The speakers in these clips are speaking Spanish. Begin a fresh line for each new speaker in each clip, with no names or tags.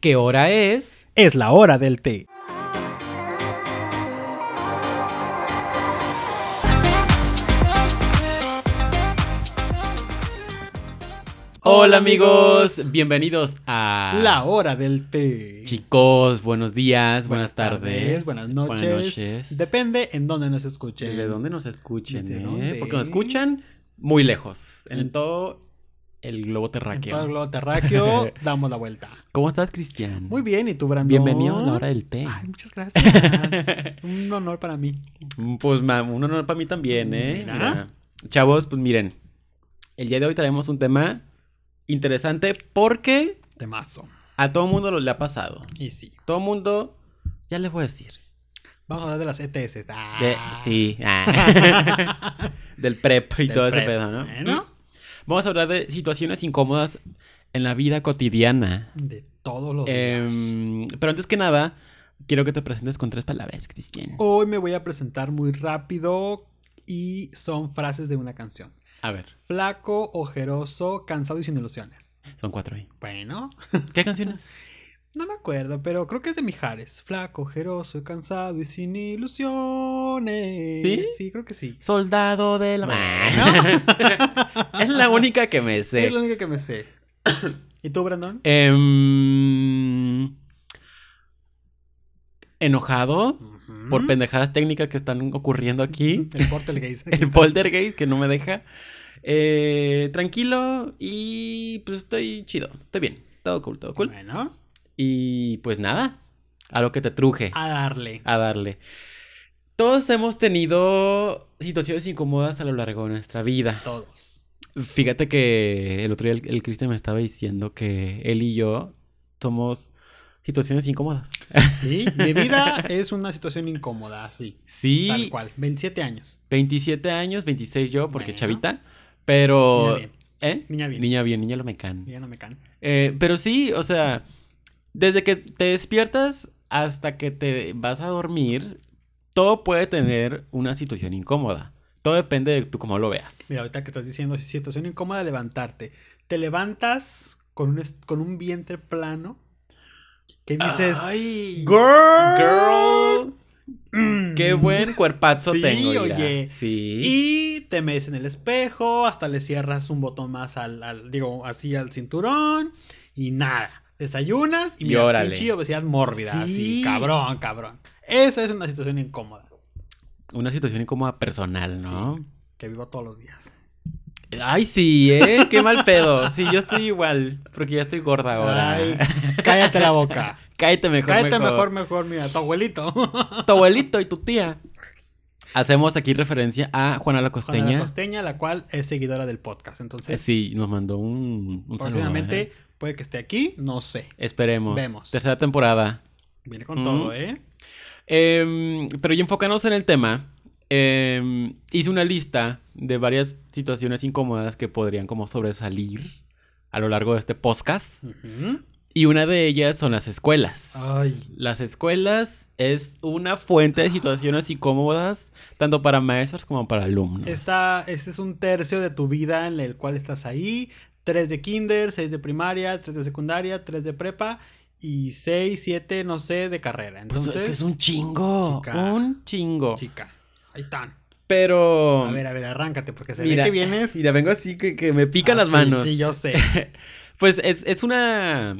¿Qué hora es?
Es la hora del té.
Hola amigos, bienvenidos a
La hora del té.
Chicos, buenos días, buenas, tardes,
Buenas noches.
noches.
Depende en dónde nos escuchen.
Desde dónde nos escuchen,
¿Desde
¿eh?
dónde?
Porque nos escuchan muy lejos, en
En-
todo el globo
En
terráqueo.
todo el globo terráqueo damos la vuelta.
¿Cómo estás, Cristian?
Muy bien, ¿y tú, Brandon?
Bienvenido a la hora del té.
Ay, muchas gracias. Un honor para mí.
Pues ma, un honor para mí también, ¿eh?
Mira.
Mira. Chavos, pues miren, el día de hoy traemos un tema interesante porque
Temazo.
a todo mundo lo- le ha pasado.
Y sí.
Todo mundo, ya les voy a decir.
Vamos a hablar de las ETS. Ah.
De- sí, ah. del prep y
Del
todo ese
prep.
pedo, ¿no?
Bueno.
Vamos a hablar de situaciones incómodas en la vida cotidiana.
De todos
Oh,
los días.
Em, pero antes que nada, quiero que te presentes con tres palabras, Cristian.
Hoy me voy a presentar muy rápido y son frases de una canción.
A ver,
Flaco, ojeroso, cansado y sin ilusiones.
son cuatro ahí.
Bueno,
¿Qué canciones?
no me acuerdo, pero creo que es de Mijares. Flaco, ojeroso, cansado y sin ilusiones.
¿Sí?
Sí, creo que sí.
Soldado de la...
Bueno.
es la única que me sé.
Es lo único que me sé. ¿Y tú, Brandon?
Em, enojado por
Ujú.
pendejadas técnicas que están ocurriendo aquí.
El portal que dice.
El poltergeist que no me deja. Eh, tranquilo y pues estoy chido. Estoy bien. Todo cool, todo cool.
Bueno,
Y pues nada, a lo que te truje,
a darle.
a darle. Todos hemos tenido situaciones incómodas a lo largo de nuestra vida.
Todos.
Fíjate que el otro día el, el Cristian me estaba diciendo que él y yo somos situaciones incómodas.
Sí, mi vida es una situación incómoda, sí. Tal
Sí,
cual, 27 años.
27 años, 26 yo, porque
Bueno.
chavita, pero...
Niña bien,
¿Eh?
niña bien.
Niña bien, niña lo mecán.
Ya no me can.
Eh, pero sí, o sea, desde que te despiertas hasta que te vas a dormir, todo puede tener una situación incómoda. Todo depende de tú cómo lo veas.
Mira, ahorita que estás diciendo situación incómoda de levantarte. Te levantas con un, est- con un vientre plano que dices,
Ay,
girl.
girl,
Mm.
qué buen cuerpazo
Sí,
tengo. mira.
oye.
Sí.
Y te metes en el espejo, hasta le cierras un botón más al, al- digo, así al cinturón y nada. Desayunas y
Y
mira,
órale.
pinche obesidad mórbida,
Sí.
así, cabrón, cabrón. Esa es una situación incómoda
Una situación incómoda personal, ¿no?
que vivo todos los días.
Ay, sí, ¿eh? Qué mal pedo. Sí, yo estoy igual, porque ya estoy gorda ahora.
Ay, cállate la boca.
Cállate mejor,
Cállate
mejor.
mejor, mejor, mira, tu abuelito. Juana
tu abuelito y tu tía. Hacemos aquí referencia a Juana la Costeña.
La costeña, la cual es seguidora del podcast.
Eh,
Entonces,
Sí, nos mandó un, un saludo.
próximamente
¿eh?
puede que esté aquí, no sé.
Esperemos.
Vemos.
Tercera temporada.
Viene con
Mm.
todo, ¿eh?
Em, pero ya enfocándonos en el tema, em, hice una lista de varias situaciones incómodas que podrían como sobresalir a lo largo de este podcast.
Ujú.
Y una de ellas son las escuelas.
Ay,
Las escuelas es una fuente de situaciones incómodas, tanto para maestros como para alumnos.
esta, este es un tercio de tu vida en el cual estás ahí. Tres de kinder, seis de primaria, tres de secundaria, tres de prepa y seis, siete, no sé, de carrera.
Pues,
Entonces,
es que es un chingo.
Chica.
Un chingo.
chica. Ahí están.
Pero.
A ver, a ver, arráncate porque se
Mira,
ve que vienes.
mira, vengo así que, que me pican
Ah,
las
sí,
manos.
Sí, yo sé.
Pues es, es una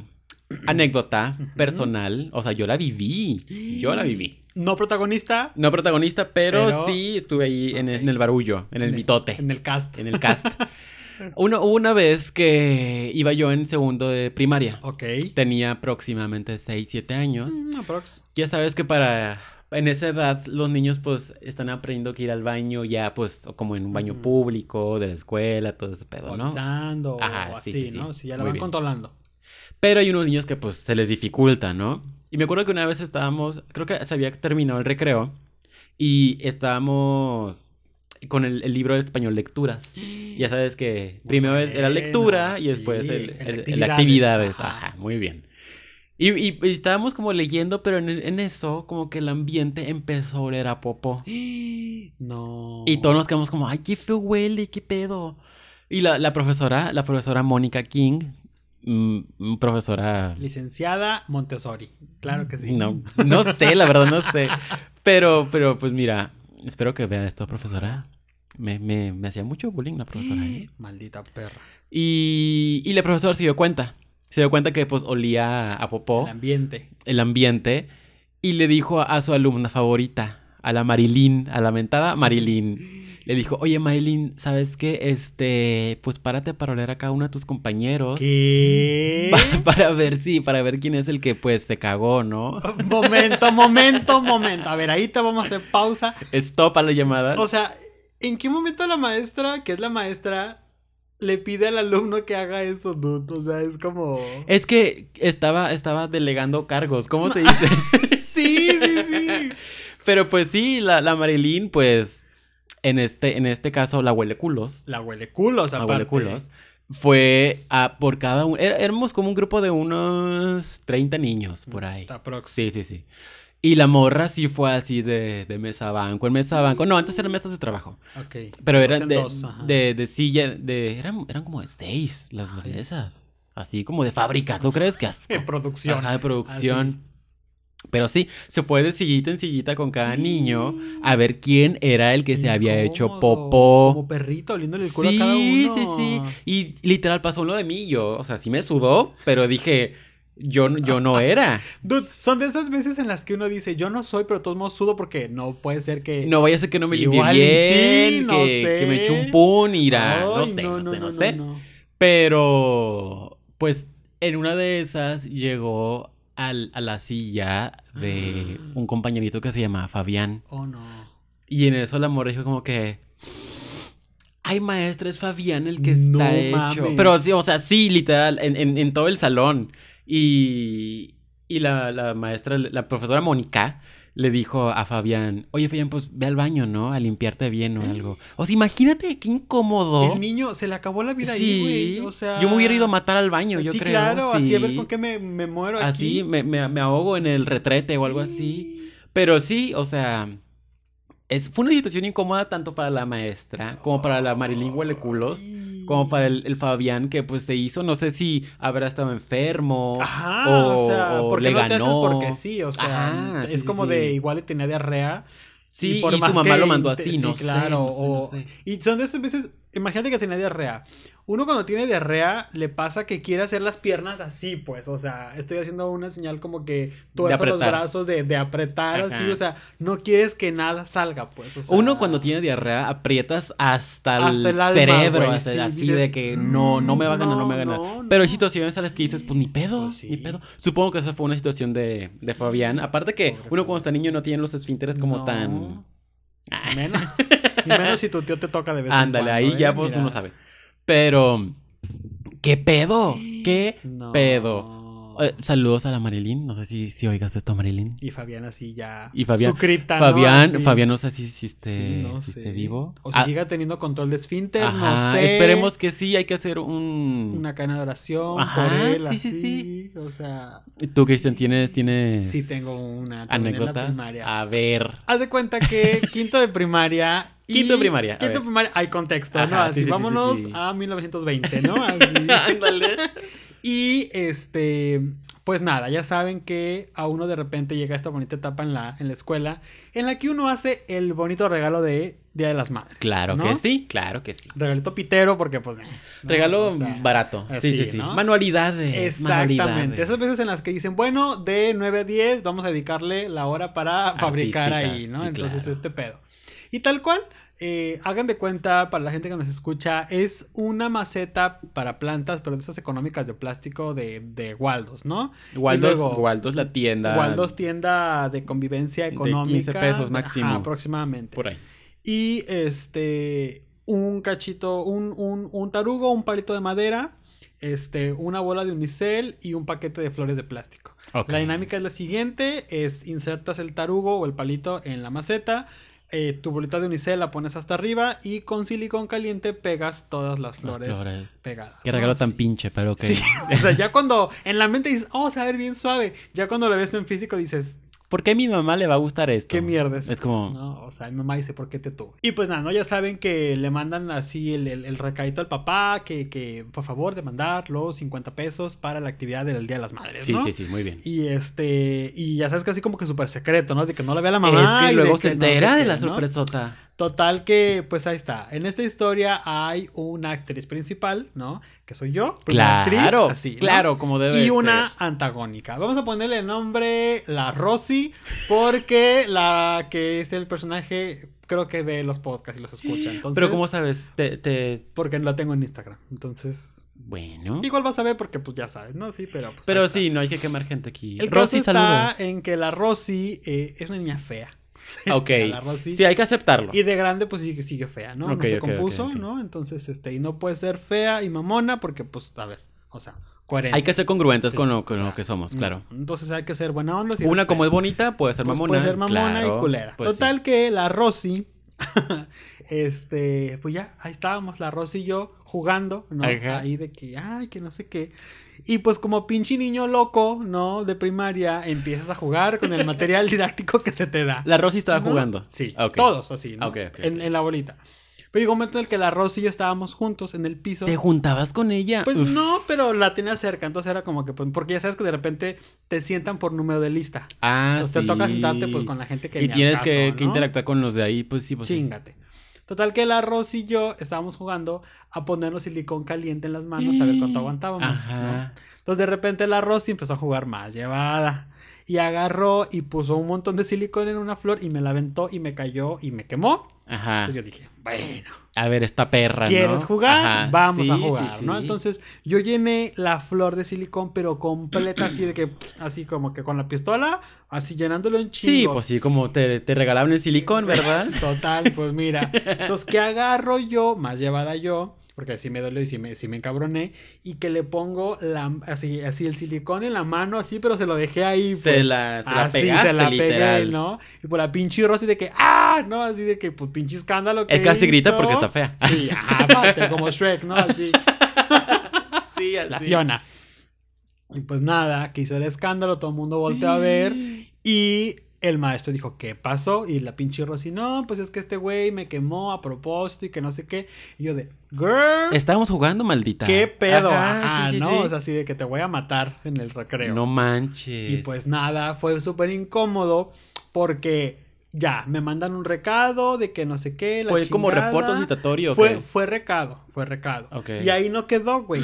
anécdota
Ujú.
personal. O sea, yo la viví. Yo la viví.
No protagonista,
No protagonista, pero,
Pero-
sí estuve ahí en, el-
Ok.
en el barullo, en el mitote,
En el cast.
en el cast. Uno- Hubo una vez que iba yo en segundo de primaria.
Ok.
Tenía aproximadamente 6, 7 años.
Mm, aprox.
Ya sabes que para... En esa edad los niños pues están aprendiendo que ir al baño ya pues como en un baño
Ujú.
público, de la escuela, todo ese pedo, ¿no?
Avisando
Ajá,
o
sí,
así,
sí, sí.
¿no? Si ya la
Muy
van
bien.
controlando.
Pero hay unos niños que pues se les dificulta, ¿no? Y me acuerdo que una vez estábamos, creo que se había terminado el recreo y estábamos con el, el libro de español lecturas. Ya sabes que primero es la
Bueno,
lectura y después
sí,
el,
el
el- el
actividades,
actividades.
ajá.
Ajá, muy bien. Y, y- y estábamos como leyendo, pero en, en eso como que el ambiente empezó a oler a popó.
No.
Y todos nos quedamos como, ay, qué feo huele, qué pedo. Y la, la profesora, la profesora Mónica King, mm, profesora.
Licenciada Montessori. Claro que sí.
No, no sé, la verdad no sé. Pero, pero pues mira, espero que vea esto, profesora. Me, me, me hacía mucho bullying la profesora. ¿eh?
Maldita perra.
Y, y la profesora se dio cuenta. Se dio cuenta que pues olía a popó
El ambiente.
el ambiente y le dijo a su alumna favorita, a la Marilyn, a la mentada Marilyn. Le dijo, oye Marilyn, ¿sabes qué? Este, pues párate para oler a cada uno de tus compañeros.
¿Qué?
Pa- para ver, sí, para ver quién es el que pues se cagó, ¿no?
momento, momento, momento. A ver, ahí te vamos a hacer pausa.
Stop a la llamada.
O sea, ¿en qué momento la maestra, que es la maestra, le pide al alumno que haga eso, dude? O sea, es como.
Es que estaba, estaba delegando cargos, ¿cómo se dice?
Sí, sí, sí.
Pero pues sí, la, la Marilyn, pues, en este, en este caso, la huele culos.
La huele culos,
a
aparte.
Hueleculos, Fue a, por cada uno. er- Éramos como un grupo de unos 30 niños
Mm,
por ahí.
Aprox.
Sí, sí, sí. Y la morra sí fue así de, de mesa a banco, en mesa a banco. No, antes eran mesas de trabajo.
Ok.
Pero
Dos
eran
en
de,
dos, ajá.
de, de silla, de, eran, eran como de seis las
Ay.
mesas. Así como de fábrica, ¿tú crees que asco?
De producción.
Ajá, de producción. Pero sí, se fue de sillita en sillita con cada niño a ver quién era el que
Qué
se había hecho
incómodo.
popó.
Como perrito, oliéndole el culo
Sí,
a cada uno.
sí, sí. Y literal pasó lo de mí y yo, o sea, sí me sudó, pero dije, yo, no- yo no era.
Dude, son de esas veces en las que uno dice, yo no soy, pero de todos modos sudo porque no puede ser que.
No vaya a ser que no me limpié
Igual y
bien,
sí,
que,
no
que me
sé.
eché un pun, irá, no
Ay,
sé, no, sé, no,
no,
sé.
no.
Pero, pues, en una de esas llegó al- a la silla de
Ah.
un compañerito que se llamaba Fabián.
Oh, no.
Y en eso la morra dijo como que... Ay, maestra, es Fabián el que
No
está hecho.
mames.
Pero sí, o sea, sí, literal, en, en- en todo el salón. Y, y la, la maestra, la profesora Mónica, le dijo a Fabián, oye, Fabián, pues ve al baño, ¿no? A limpiarte bien o algo. O sea, imagínate qué incómodo.
El niño se le acabó la vida ahí,
sí,
güey. O sea.
yo me hubiera ido a matar al baño, yo
sí,
creo.
claro, así a ver
sí.
con qué me, me muero
Así,
aquí.
me, me- me ahogo en el retrete o algo así. Pero sí, o sea, es, fue una situación incómoda tanto para la maestra, como para la Marilyn Hueleculos, como para el, el Fabián que pues se hizo, no sé si habrá estado enfermo.
Ajá,
o-
o, sea,
o
porque
le
no te haces
ganó.
porque sí, o sea,
Ajá, sí,
es
sí,
como
sí.
de igual y tenía diarrea.
Sí, y,
por
su
más
mamá
que
lo mandó
inte-
así,
sí,
¿no? sé,
claro,
no sé, no
o-
sé.
Y son de esas veces, imagínate que tenía diarrea. Uno cuando tiene diarrea le pasa que quiere hacer las piernas así, pues, o sea, estoy haciendo una señal como que tú
De
los
apretar.
brazos de, de apretar
Ajá.
así, o sea, no quieres que nada salga, pues, o sea,
Uno cuando tiene diarrea aprietas hasta el,
Hasta el alma,
cerebro,
güey,
hasta-
sí,
así
dices,
de que no, no me va a ganar, no, me va a ganar.
no,
Pero hay
no.
situaciones a las que dices, pues ni pedo,
Pues, sí.
ni pedo. Supongo que esa fue una situación de, de Fabián. Aparte que
Pobre
uno
Fabián.
cuando está niño no tiene los esfínteres como
No.
tan...
Y Menos, y menos si tu tío te toca de vez en
Ándale, ahí
cuando, ¿eh?
ya pues
Mira.
uno sabe. Pero... ¿Qué pedo? ¿Qué?
No.
pedo. Eh, saludos a la Marilyn. No sé si, si oigas esto, Marilyn.
Y Fabián así ya.
Y Fabián-
Su cripta, ¿no?
Fabián,
Así.
Fabián, no sé si, si esté,
Sí, no
si esté
sé.
vivo.
O si
Ah,
siga teniendo control de esfínter,
ajá,
no sé.
Esperemos que sí, hay que hacer un...
Una cadena de oración
Ajá,
por él,
sí, sí,
así,
sí.
O sea,
Tú, Cristian, tienes, tienes...
sí tengo una. también en la
anécdotas.
primaria.
A ver.
Haz de cuenta que quinto de primaria. y-
Quinto de primaria, a
Quinto de
ver.
primaria. Hay contexto, ¿no?
Ajá, sí,
Así,
sí, sí,
vámonos
sí.
a 1920, ¿no? Así.
Ándale.
Y este, pues nada, ya saben que a uno de repente llega esta bonita etapa en la, en la escuela en la que uno hace el bonito regalo de Día de las Madres.
Claro
¿no?
que sí, claro que sí.
Regalito pitero porque pues... eh, ¿no?
Regalo
O sea,
barato. Sí,
así,
sí, sí.
¿no?
Eh, Manualidades.
Exactamente.
manualidades.
Esas veces en las que dicen, bueno, de 9 a 10 vamos a dedicarle la hora para fabricar
Artísticas,
ahí, ¿no?
sí,
Entonces
claro.
este pedo. Y tal cual, eh, hagan de cuenta, para la gente que nos escucha, es una maceta para plantas, pero de esas económicas de plástico de, de Waldos, ¿no?
Waldos,
Y luego-
Waldos, la tienda.
Waldos tienda de convivencia
De
económica.
15 pesos máximo.
Ajá, aproximadamente.
Por ahí.
Y este, un cachito, un, un, un tarugo, un palito de madera, este, una bola de unicel y un paquete de flores de plástico.
Ok.
La dinámica es la siguiente, es insertas el tarugo o el palito en la maceta, eh, tu bolita de unicel la pones hasta arriba y con silicón caliente pegas todas las
Las
flores,
flores.
pegadas.
Qué
¿no?
regalo tan
Sí.
pinche, pero que.
Sí, o sea, ya cuando en la mente dices, oh, se va a ver bien suave, ya cuando lo ves en físico dices,
¿por qué a mi mamá le va a gustar esto?
¿Qué mierda es
Es como,
¿no? O sea, mi mamá dice, ¿por qué te tuve? Y pues nada, ¿no? Ya saben que le mandan así el, el, el recadito al papá, que, que por favor de mandar los 50 pesos para la actividad del Día de las Madres,
sí,
¿no?
sí, sí, muy bien.
Y este, y ya sabes que así como que súper secreto, ¿no? De que no la vea la
es
mamá. y
que
de
luego se
no sé
entera de
qué,
la
¿no?
sorpresota.
Total que, pues ahí está. En esta historia hay una actriz principal, ¿no? Que soy yo. Una Pues actriz,
Claro,
así, ¿no?
claro, como debe
Y
de
una
ser.
antagónica. Vamos a ponerle el nombre la Rosy, porque la que es el personaje creo que ve los podcasts y los escucha. Entonces,
Pero ¿cómo sabes? Te, te-
Porque la tengo en Instagram. Entonces,
Bueno.
igual vas a ver porque pues ya sabes, ¿no? Sí, pero pues, ahí
Pero
está.
sí, no hay que quemar gente aquí.
El
Rosy,
caso está
saludos.
en que la Rosy eh, es una niña fea.
Ok.
La Rosy
Sí, hay que aceptarlo.
y de grande, pues sigue, sigue fea, ¿no?
Ok,
no se
ok,
compuso,
ok, ok.
¿no? Entonces, este, y no puede ser fea y mamona porque, pues, a ver, o sea, coherente.
Hay que ser congruentes
Sí, Mm.
con, lo, con
o sea,
lo que somos, claro.
Entonces hay que ser buena onda. si eres
Una como
fea.
es bonita, puede ser
Pues,
mamona.
Puede ser mamona
claro,
y culera.
pues sí.
Total que la Rosy, este, pues ya, ahí estábamos, la Rosy y yo jugando, ¿no?
Ajá.
Ahí de que, ay, que no sé qué. Y pues como pinche niño loco, ¿no? De primaria, empiezas a jugar con el material didáctico que se te da.
La Rosy estaba
¿no?
jugando.
Sí,
Ah, ok.
todos así, ¿no?
Ok, ok,
en,
ok.
en la bolita. Pero llegó un momento en el que la Rosy y yo estábamos juntos en el piso.
¿Te juntabas con ella?
Pues
Uf.
no, pero la tenía cerca, entonces era como que, pues, porque ya sabes que de repente te sientan por número de lista.
Ah,
Entonces te toca
sí.
sentarte pues con la gente que
Y
ni al
tienes que,
caso,
que
¿no?
interactuar con los de ahí, pues sí, pues sí.
Chíngate. Total que la Rosy y yo estábamos jugando a ponernos silicón caliente en las manos a ver cuánto aguantábamos. ¿no?
Mm. Ajá.
Entonces de repente la Rosy empezó a jugar más llevada. Y agarró y puso un montón de silicón en una flor y me la aventó y me cayó y me quemó.
Ajá.
Entonces yo dije, bueno,
A ver, esta perra, Ah. ¿no?
¿quieres jugar?
Ajá.
Vamos
Sí,
a
sí,
jugar,
sí.
¿no? Entonces yo llené la flor de silicón, pero completa así de que, así como que con la pistola, así llenándolo en chingo.
Sí, pues sí, como te, te regalaron el silicón, ¿verdad?
Total, pues mira. Entonces, que agarro yo, más llevada yo, porque sí me dolió y sí me, sí me encabroné, y que le pongo la, así, así el silicón en la mano, así, pero se lo dejé ahí.
se
pues.
la, se la
Así,
pegaste,
se la
literal.
pegué, ¿no? Y por la pinche Rosy de que, ¡ah! ¿No? Así de que, pues, pinche escándalo.
Es que Eh, casi grita
hizo.
porque está ah. fea.
Sí, ajá, aparte, como Shrek, ¿no? Así,
Sí,
la Fiona. Y pues nada, que hizo el escándalo, todo el mundo volteó a ver. Y el maestro dijo, ¿qué pasó? Y la pinche Rosy, no, pues es que este güey me quemó a propósito y que no sé qué. Y yo de, girl,
Estábamos jugando, maldita.
¿qué pedo?
Ajá,
Ajá,
sí, sí,
¿no?
sí.
O sea, así de que te voy a matar en el recreo.
No manches.
y pues nada, fue súper incómodo porque ya, me mandan un recado de que no sé qué, la
Fue como
chingada.
reporte citatorio.
Fue, fue recado, fue recado.
Ok.
Y ahí no quedó, güey.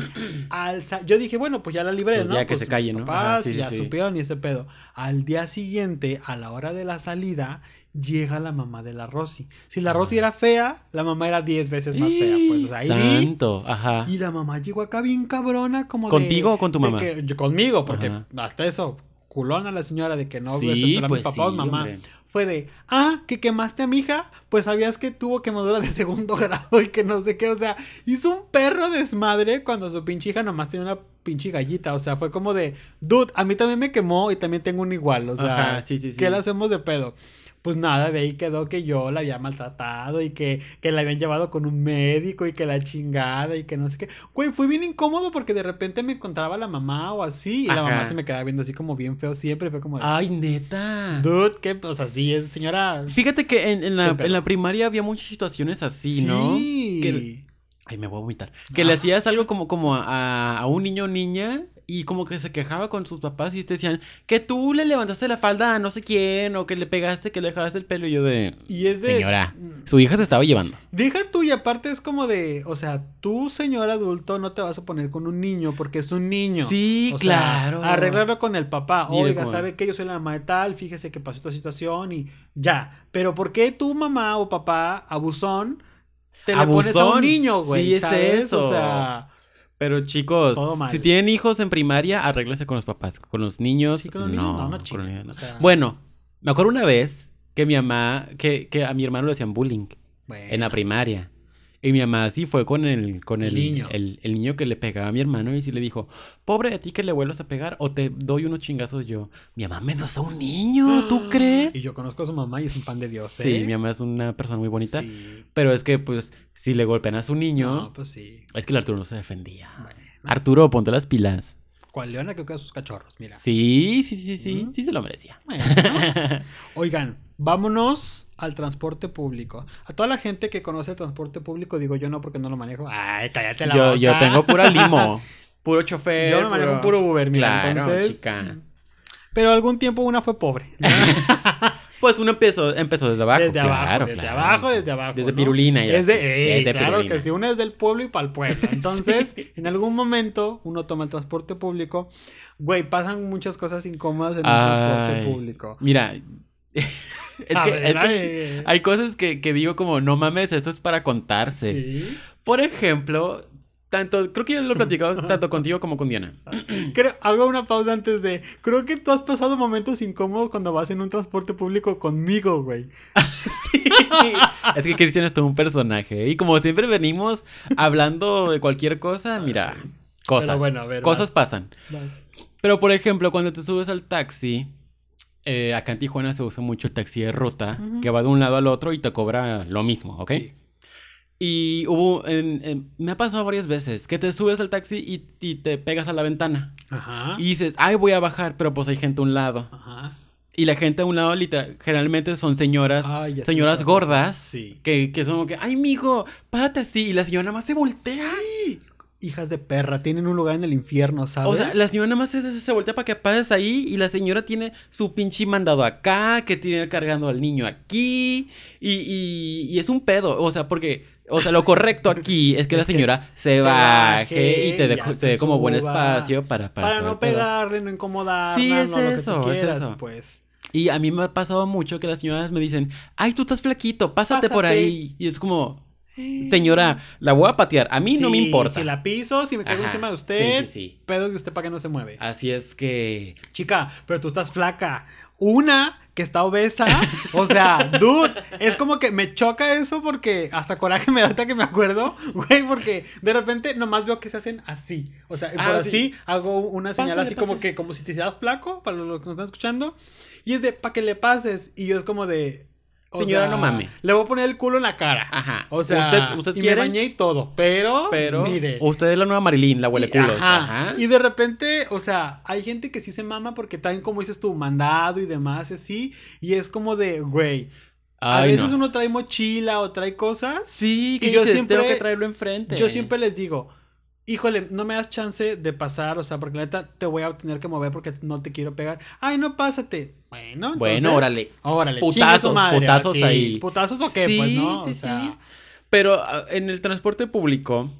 Al sa- yo dije, bueno, pues ya la libré,
Pues
¿no?
ya que
Pues
se calle,
mis
¿no?
papás
Ajá, sí, sí,
ya
sí.
supieron y ese pedo. Al día siguiente, a la hora de la salida, llega la mamá de la Rosy. Si la
Ah.
Rosy era fea, la mamá era 10 veces más fea. Pues o sea, ahí vi.
Santo, ajá.
Y la mamá llegó acá bien cabrona, como de-
¿Contigo o con tu
de
mamá?
que- yo- conmigo, porque
Ajá.
hasta eso, culona la señora de que no
Sí,
ves esperar a
pues
mi papá o
sí,
mamá.
hombre.
Fue de, ah, que quemaste a mi hija, pues sabías que tuvo quemadura de segundo grado y que no sé qué, o sea, hizo un perro desmadre cuando su pinche hija nomás tenía una pinche gallita, o sea, fue como de, dude, a mí también me quemó y también tengo un igual, o sea,
Ajá, sí, sí, sí.
¿qué le hacemos de pedo? Pues nada, de ahí quedó que yo la había maltratado y que, que la habían llevado con un médico y que la chingada y que no sé qué. Güey, fue bien incómodo porque de repente me encontraba la mamá o así y la
Ajá.
mamá se me quedaba viendo así como bien feo siempre. Fue como, de,
Ay, neta.
dude, que, o sea, sí es señora.
Fíjate que en, en la,
Qué pedo.
en la primaria había muchas situaciones así, ¿no?
Sí.
Que- Ay, me voy a vomitar. Que le
Ah.
hacías algo como, como a, a un niño o niña y como que se quejaba con sus papás y te decían que tú le levantaste la falda a no sé quién o que le pegaste, que le dejaste el pelo y yo de...
Y es de.
Señora, su hija se estaba llevando.
Deja tú, y aparte es como de. O sea, tú, señor adulto, no te vas a poner con un niño porque es un niño.
Sí,
O sea,
claro.
arreglarlo con el papá.
Dile
Oiga,
cómo.
¿sabe que Yo soy la mamá de tal, fíjese que pasó esta situación y ya. Pero ¿por qué tu mamá o papá, abusón, te le pones a un
Abusón.
niño, güey?
Sí, es
¿sabes?
eso.
O sea,
Pero chicos,
Todo mal.
si tienen hijos en primaria, arréglense con los papás. Con los niños,
sí, con
no,
un niño, no, no,
con
chinguen,
los niños no.
o sea,
Bueno, me acuerdo una vez que mi mamá, que, que a mi hermano le hacían bullying en la
bueno.
primaria. Y mi mamá sí fue con el, con
El
el,
niño.
el- el niño que le pegaba a mi hermano y sí le dijo, pobre de ti que le vuelvas a pegar o te doy unos chingazos yo. Mi mamá menos a un niño, ¿tú crees?
Y yo conozco a su mamá y es un pan de Dios, ¿eh?
Sí, mi mamá es una persona muy bonita.
Sí.
Pero es que, pues, si le golpean a su niño,
No, pues sí.
es que el Arturo no se defendía.
Bueno.
Arturo, ponte las pilas.
Ah, cual Leona que cuida a sus cachorros, mira.
Sí, sí, sí, sí.
Ujú.
Sí se lo merecía.
Bueno. Oigan, vámonos al transporte público. A toda la gente que conoce el transporte público, digo yo no porque no lo manejo. Ay, cállate la
yo,
boca.
yo tengo pura limo. Puro chofer.
Yo me manejo puro Uber, mira,
Claro,
entonces. mm.
chica.
Pero algún tiempo una fue pobre.
Pues uno empezó, empezó desde abajo.
desde abajo,
claro,
desde
claro.
abajo, desde abajo.
Desde
¿no?
pirulina. ya
Es de,
sé,
ey,
desde
claro
pirulina.
que si uno es del pueblo y para el pueblo. Entonces, en algún momento uno toma el transporte público. Güey, pasan muchas cosas incómodas en el
Ay,
transporte público.
Mira. es
A
que-
ver,
es que
ay,
hay cosas que, que digo como, no mames, esto es para contarse.
sí.
Por ejemplo, tanto, creo que ya lo he platicado tanto contigo como con Diana.
Creo- hago una pausa antes de. Creo que tú has pasado momentos incómodos cuando vas en un transporte público conmigo, güey.
es que Cristian es todo un personaje. ¿eh? Y como siempre venimos hablando de cualquier cosa, mira, cosas.
bueno, a ver,
cosas
vas.
pasan. Pero por ejemplo, cuando te subes al taxi, eh, acá en Tijuana se usa mucho el taxi de ruta,
Ujú.
que va de un lado al otro y te cobra lo mismo, ¿ok?
Sí.
Y hubo, en- en- me ha pasado varias veces que te subes al taxi y, y te pegas a la ventana.
Ajá.
Y dices, ay, voy a bajar, pero pues hay gente a un lado.
Ajá.
Y la gente a un lado, literal, generalmente son señoras,
Ay, Ah, ya sé
señoras
qué pasa.
gordas,
Sí.
que, que son como que, ay, mijo, párate así. Y la señora nada más se voltea.
Hijas de perra, tienen un lugar en el infierno, ¿sabes?
O sea, la señora nada más se, se voltea para que pases ahí. Y la señora tiene su pinche mandado acá, que tiene cargando al niño aquí. Y, y- y es un pedo. O sea, porque, o sea, lo correcto aquí es que la
Es que
señora se,
se
baje,
baje
y te dé
y ya
co-
se
te dé como buen
suba.
espacio para, para
para
todo
no
el pedo.
pegarle, no incomodar,
Sí,
no,
es
lo que
eso,
tú
es
quieras,
eso.
pues.
Y a mí me ha pasado mucho que las señoras me dicen, ay, tú estás flaquito, pásate, por
Pásate.
ahí. Y es como, señora, la voy a patear, a mí no me
Sí,
importa.
Si la piso, si me caigo
Ajá,
encima de usted,
Sí, sí, sí.
pedo de usted para que no se mueve.
Así es que...
Chica, pero tú estás flaca. Una que está obesa, o sea, dude, es como que me choca eso porque hasta coraje me da hasta que me acuerdo, güey, porque de repente nomás veo que se hacen así, o sea, y por
Ah,
así hago una señal
Pásale,
así como
pásale.
que como si te hicieras flaco para los que nos están escuchando y es de para que le pases y yo es como de
Señora, no mame.
Le voy a poner el culo en la cara.
Ajá.
O sea,
usted, usted
y
quiere,
me bañé y todo, pero
pero...
mire,
Usted es la nueva Marilyn, la huele
y-
culos.
ajá,
Ajá.
Y de repente, o sea, hay gente que sí se mama porque también como dices tu mandado y demás, y así. Y es como de, güey, a
Ay,
veces
no.
uno trae mochila o trae cosas.
Sí, que
y yo
dices,
siempre-
tengo que traerlo enfrente.
Yo siempre les digo, híjole, no me das chance de pasar, o sea, porque la neta te voy a tener que mover porque no te quiero pegar. Ay, no, pásate. Bueno,
Bueno,
entonces,
órale.
Órale,
Putazos,
chingue su madre,
putazos
sí,
ahí.
¿Putazos o qué?
Sí,
pues no,
sí,
o
sí.
sea,
Pero ah, en el transporte público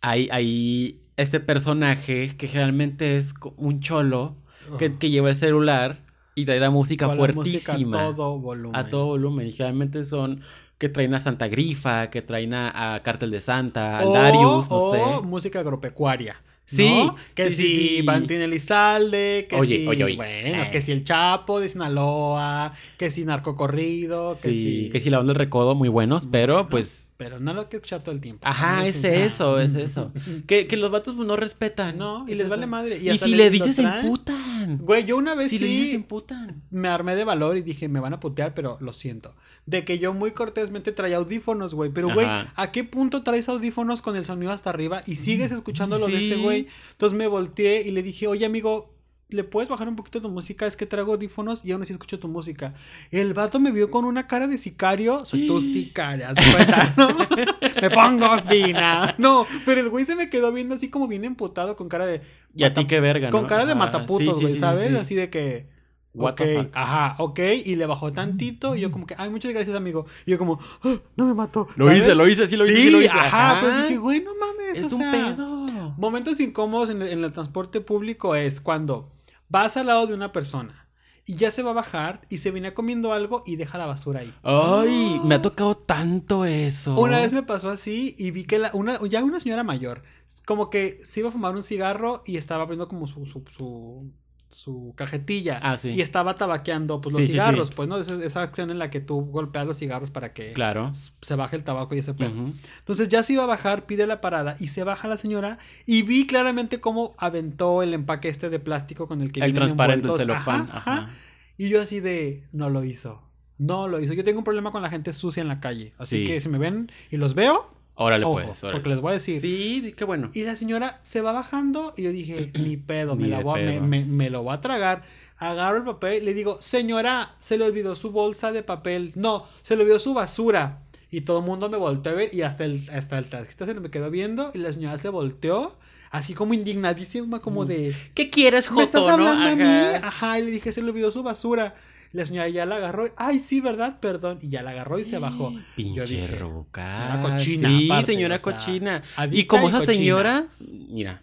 hay, hay este personaje que generalmente es co- un cholo que, que lleva el celular y trae la música
con la música
fuertísima.
a todo volumen.
a todo volumen. Y generalmente son que traen a Santa Grifa, que traen a, a Cártel de Santa, a
O-
Darius, no
o
sé.
música agropecuaria.
Sí,
¿no? oh, Que
sí,
si
sí, sí.
Valentín Elizalde, que
Oye,
si.
oye, oye.
Bueno,
Eh.
que si el Chapo de Sinaloa, que si Narcocorrido, que
Sí,
si.
que sí, la banda del recodo, muy buenos, pero
Bueno.
pues.
Pero no lo que escuchar todo el tiempo.
Ajá,
No,
es
sí,
eso,
ah.
es eso. Que, que los vatos pues, no respetan.
No, y
Es
les
eso.
vale madre.
Y,
hasta
si
les-
le
lo
dices, se
traen.
emputan.
Güey, yo una vez
Si le
sí
dices, se emputan.
me armé de valor y dije, me van a putear, pero lo siento. De que yo muy cortésmente traía audífonos, güey. Pero, güey,
Ajá.
¿a qué punto traes audífonos con el sonido hasta arriba y sigues escuchando lo de ese
Mm, Sí.
güey? Entonces me volteé y le dije, oye, amigo, ¿le puedes bajar un poquito tu música? Es que traigo audífonos y aún así escucho tu música. El vato me vio con una cara de sicario. Soy tu sicaria, haz de cuenta, ¿no? me pongo fina. No, pero el güey se me quedó viendo así como bien emputado con cara de...
Y a ti qué verga, ¿no?
Con cara de
Ajá, sí,
mataputos,
sí,
güey,
sí, sí,
¿sabes?
sí.
Así de que.
What
ok,
the fuck.
ajá, ok. Y le bajó tantito. Y yo, como que, ay, muchas gracias, amigo. Y yo, como, "Ah, no me mató.
Lo
¿sabes?
hice, lo hice, sí lo hice,
Sí,
sí lo hice.
Ajá,
Ajá.
pero dije, güey, no mames.
Es
o
un
sea,
pedo.
Momentos incómodos en el, en el transporte público es cuando vas al lado de una persona y ya se va a bajar y se viene comiendo algo y deja la basura ahí.
Ay, me ha tocado tanto eso.
Una vez me pasó así y vi que la, una, ya una señora mayor, como que se iba a fumar un cigarro y estaba abriendo como su, su, su, su cajetilla.
Ah, sí.
Y estaba tabaqueando pues, los
Sí, sí, sí.
cigarros, pues, ¿no? Esa, esa acción en la que tú golpeas los cigarros para que
Claro.
se baje el tabaco y ese pedo.
Ujú.
Entonces ya se iba a bajar, pide la parada y se baja la señora y vi claramente cómo aventó el empaque este de plástico con el que
El
vienen
transparente, el
envueltos.
celofán.
Ajá, ajá. Y yo así de, no lo hizo. No lo hizo. Yo tengo un problema con la gente sucia en la calle. Así
Sí.
que si me ven y los veo,
Órale,
Ojo,
pues. órale.
porque les voy a decir.
Sí, qué bueno.
Y la señora se va bajando y yo dije, ni pedo, me,
Ni
la
de
voy a- me-
pedo.
me- me lo voy a tragar. Agarro el papel y le digo, señora, se le olvidó su bolsa de papel. No, se le olvidó su basura. Y todo el mundo me volteó a ver y hasta el, hasta el taxista se me quedó viendo y la señora se volteó, así como indignadísima, como
Mm.
de...
¿Qué quieres, Joto?
¿Me estás hablando a mí?
Ajá.
Ajá, y le dije, se le olvidó su basura. La señora ya la agarró. Ay, sí, ¿verdad? Perdón. Y ya la agarró y Ah, se bajó. Yo
Pinche
dije,
ruca.
señora cochina,
Sí,
aparte,
señora
o sea,
cochina. Y
adicta
como
y
esa
cochina.
señora, mira,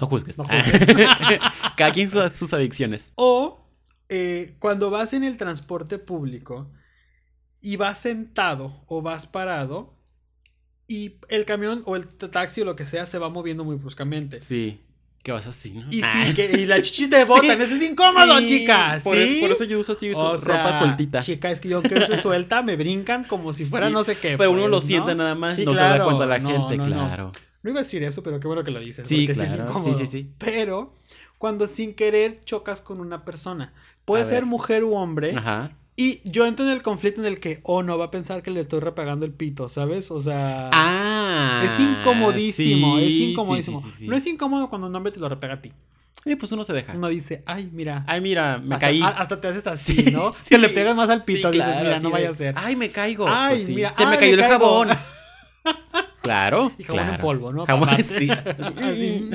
no juzgues.
No juzgues.
Cada quien sus, sus adicciones.
O eh, cuando vas en el transporte público y vas sentado o vas parado y el camión o el t- taxi o lo que sea se va moviendo muy bruscamente.
Sí. ¿Qué vas así, no?
Y,
Ah.
sí, que- y las chichis te botan,
Sí.
eso es incómodo,
Sí,
chicas.
Por,
¿sí?
es- por eso yo uso así su
O sea,
ropa sueltita.
Chica, es que yo que uso suelta, me brincan como si fuera
Sí,
no sé qué.
Pero uno
pues,
lo
¿no?
siente nada más,
Sí,
no se da
claro,
cuenta la
no,
gente,
no, no.
claro.
No iba a decir eso, pero qué bueno que lo dices.
Sí,
porque es
claro, sí,
incómodo.
sí, sí.
Pero cuando sin querer chocas con una persona, puede
A
ser
ver.
mujer u hombre,
Ajá.
y yo entro en el conflicto en el que, oh no, va a pensar que le estoy repagando el pito, ¿sabes? O sea,
Ah.
es incomodísimo,
sí, sí,
es incomodísimo.
sí, sí, sí.
No es incómodo cuando un hombre te lo repega a ti.
Eh, pues uno se deja.
Uno dice, ay, mira,
Ay, mira, me
hasta,
caí.
a- hasta te haces así, ¿no?
Sí,
Que le pegas más al
Sí,
pito, dices,
claro,
mira,
así
no
de,
vaya a ser.
Ay, me caigo.
Ay,
Pues sí.
mira,
Se me
ay,
cayó
me
el
caigo.
jabón. claro.
Y jabón en
claro.
polvo, ¿no?
Jabón,
Aparte.
sí.
Así.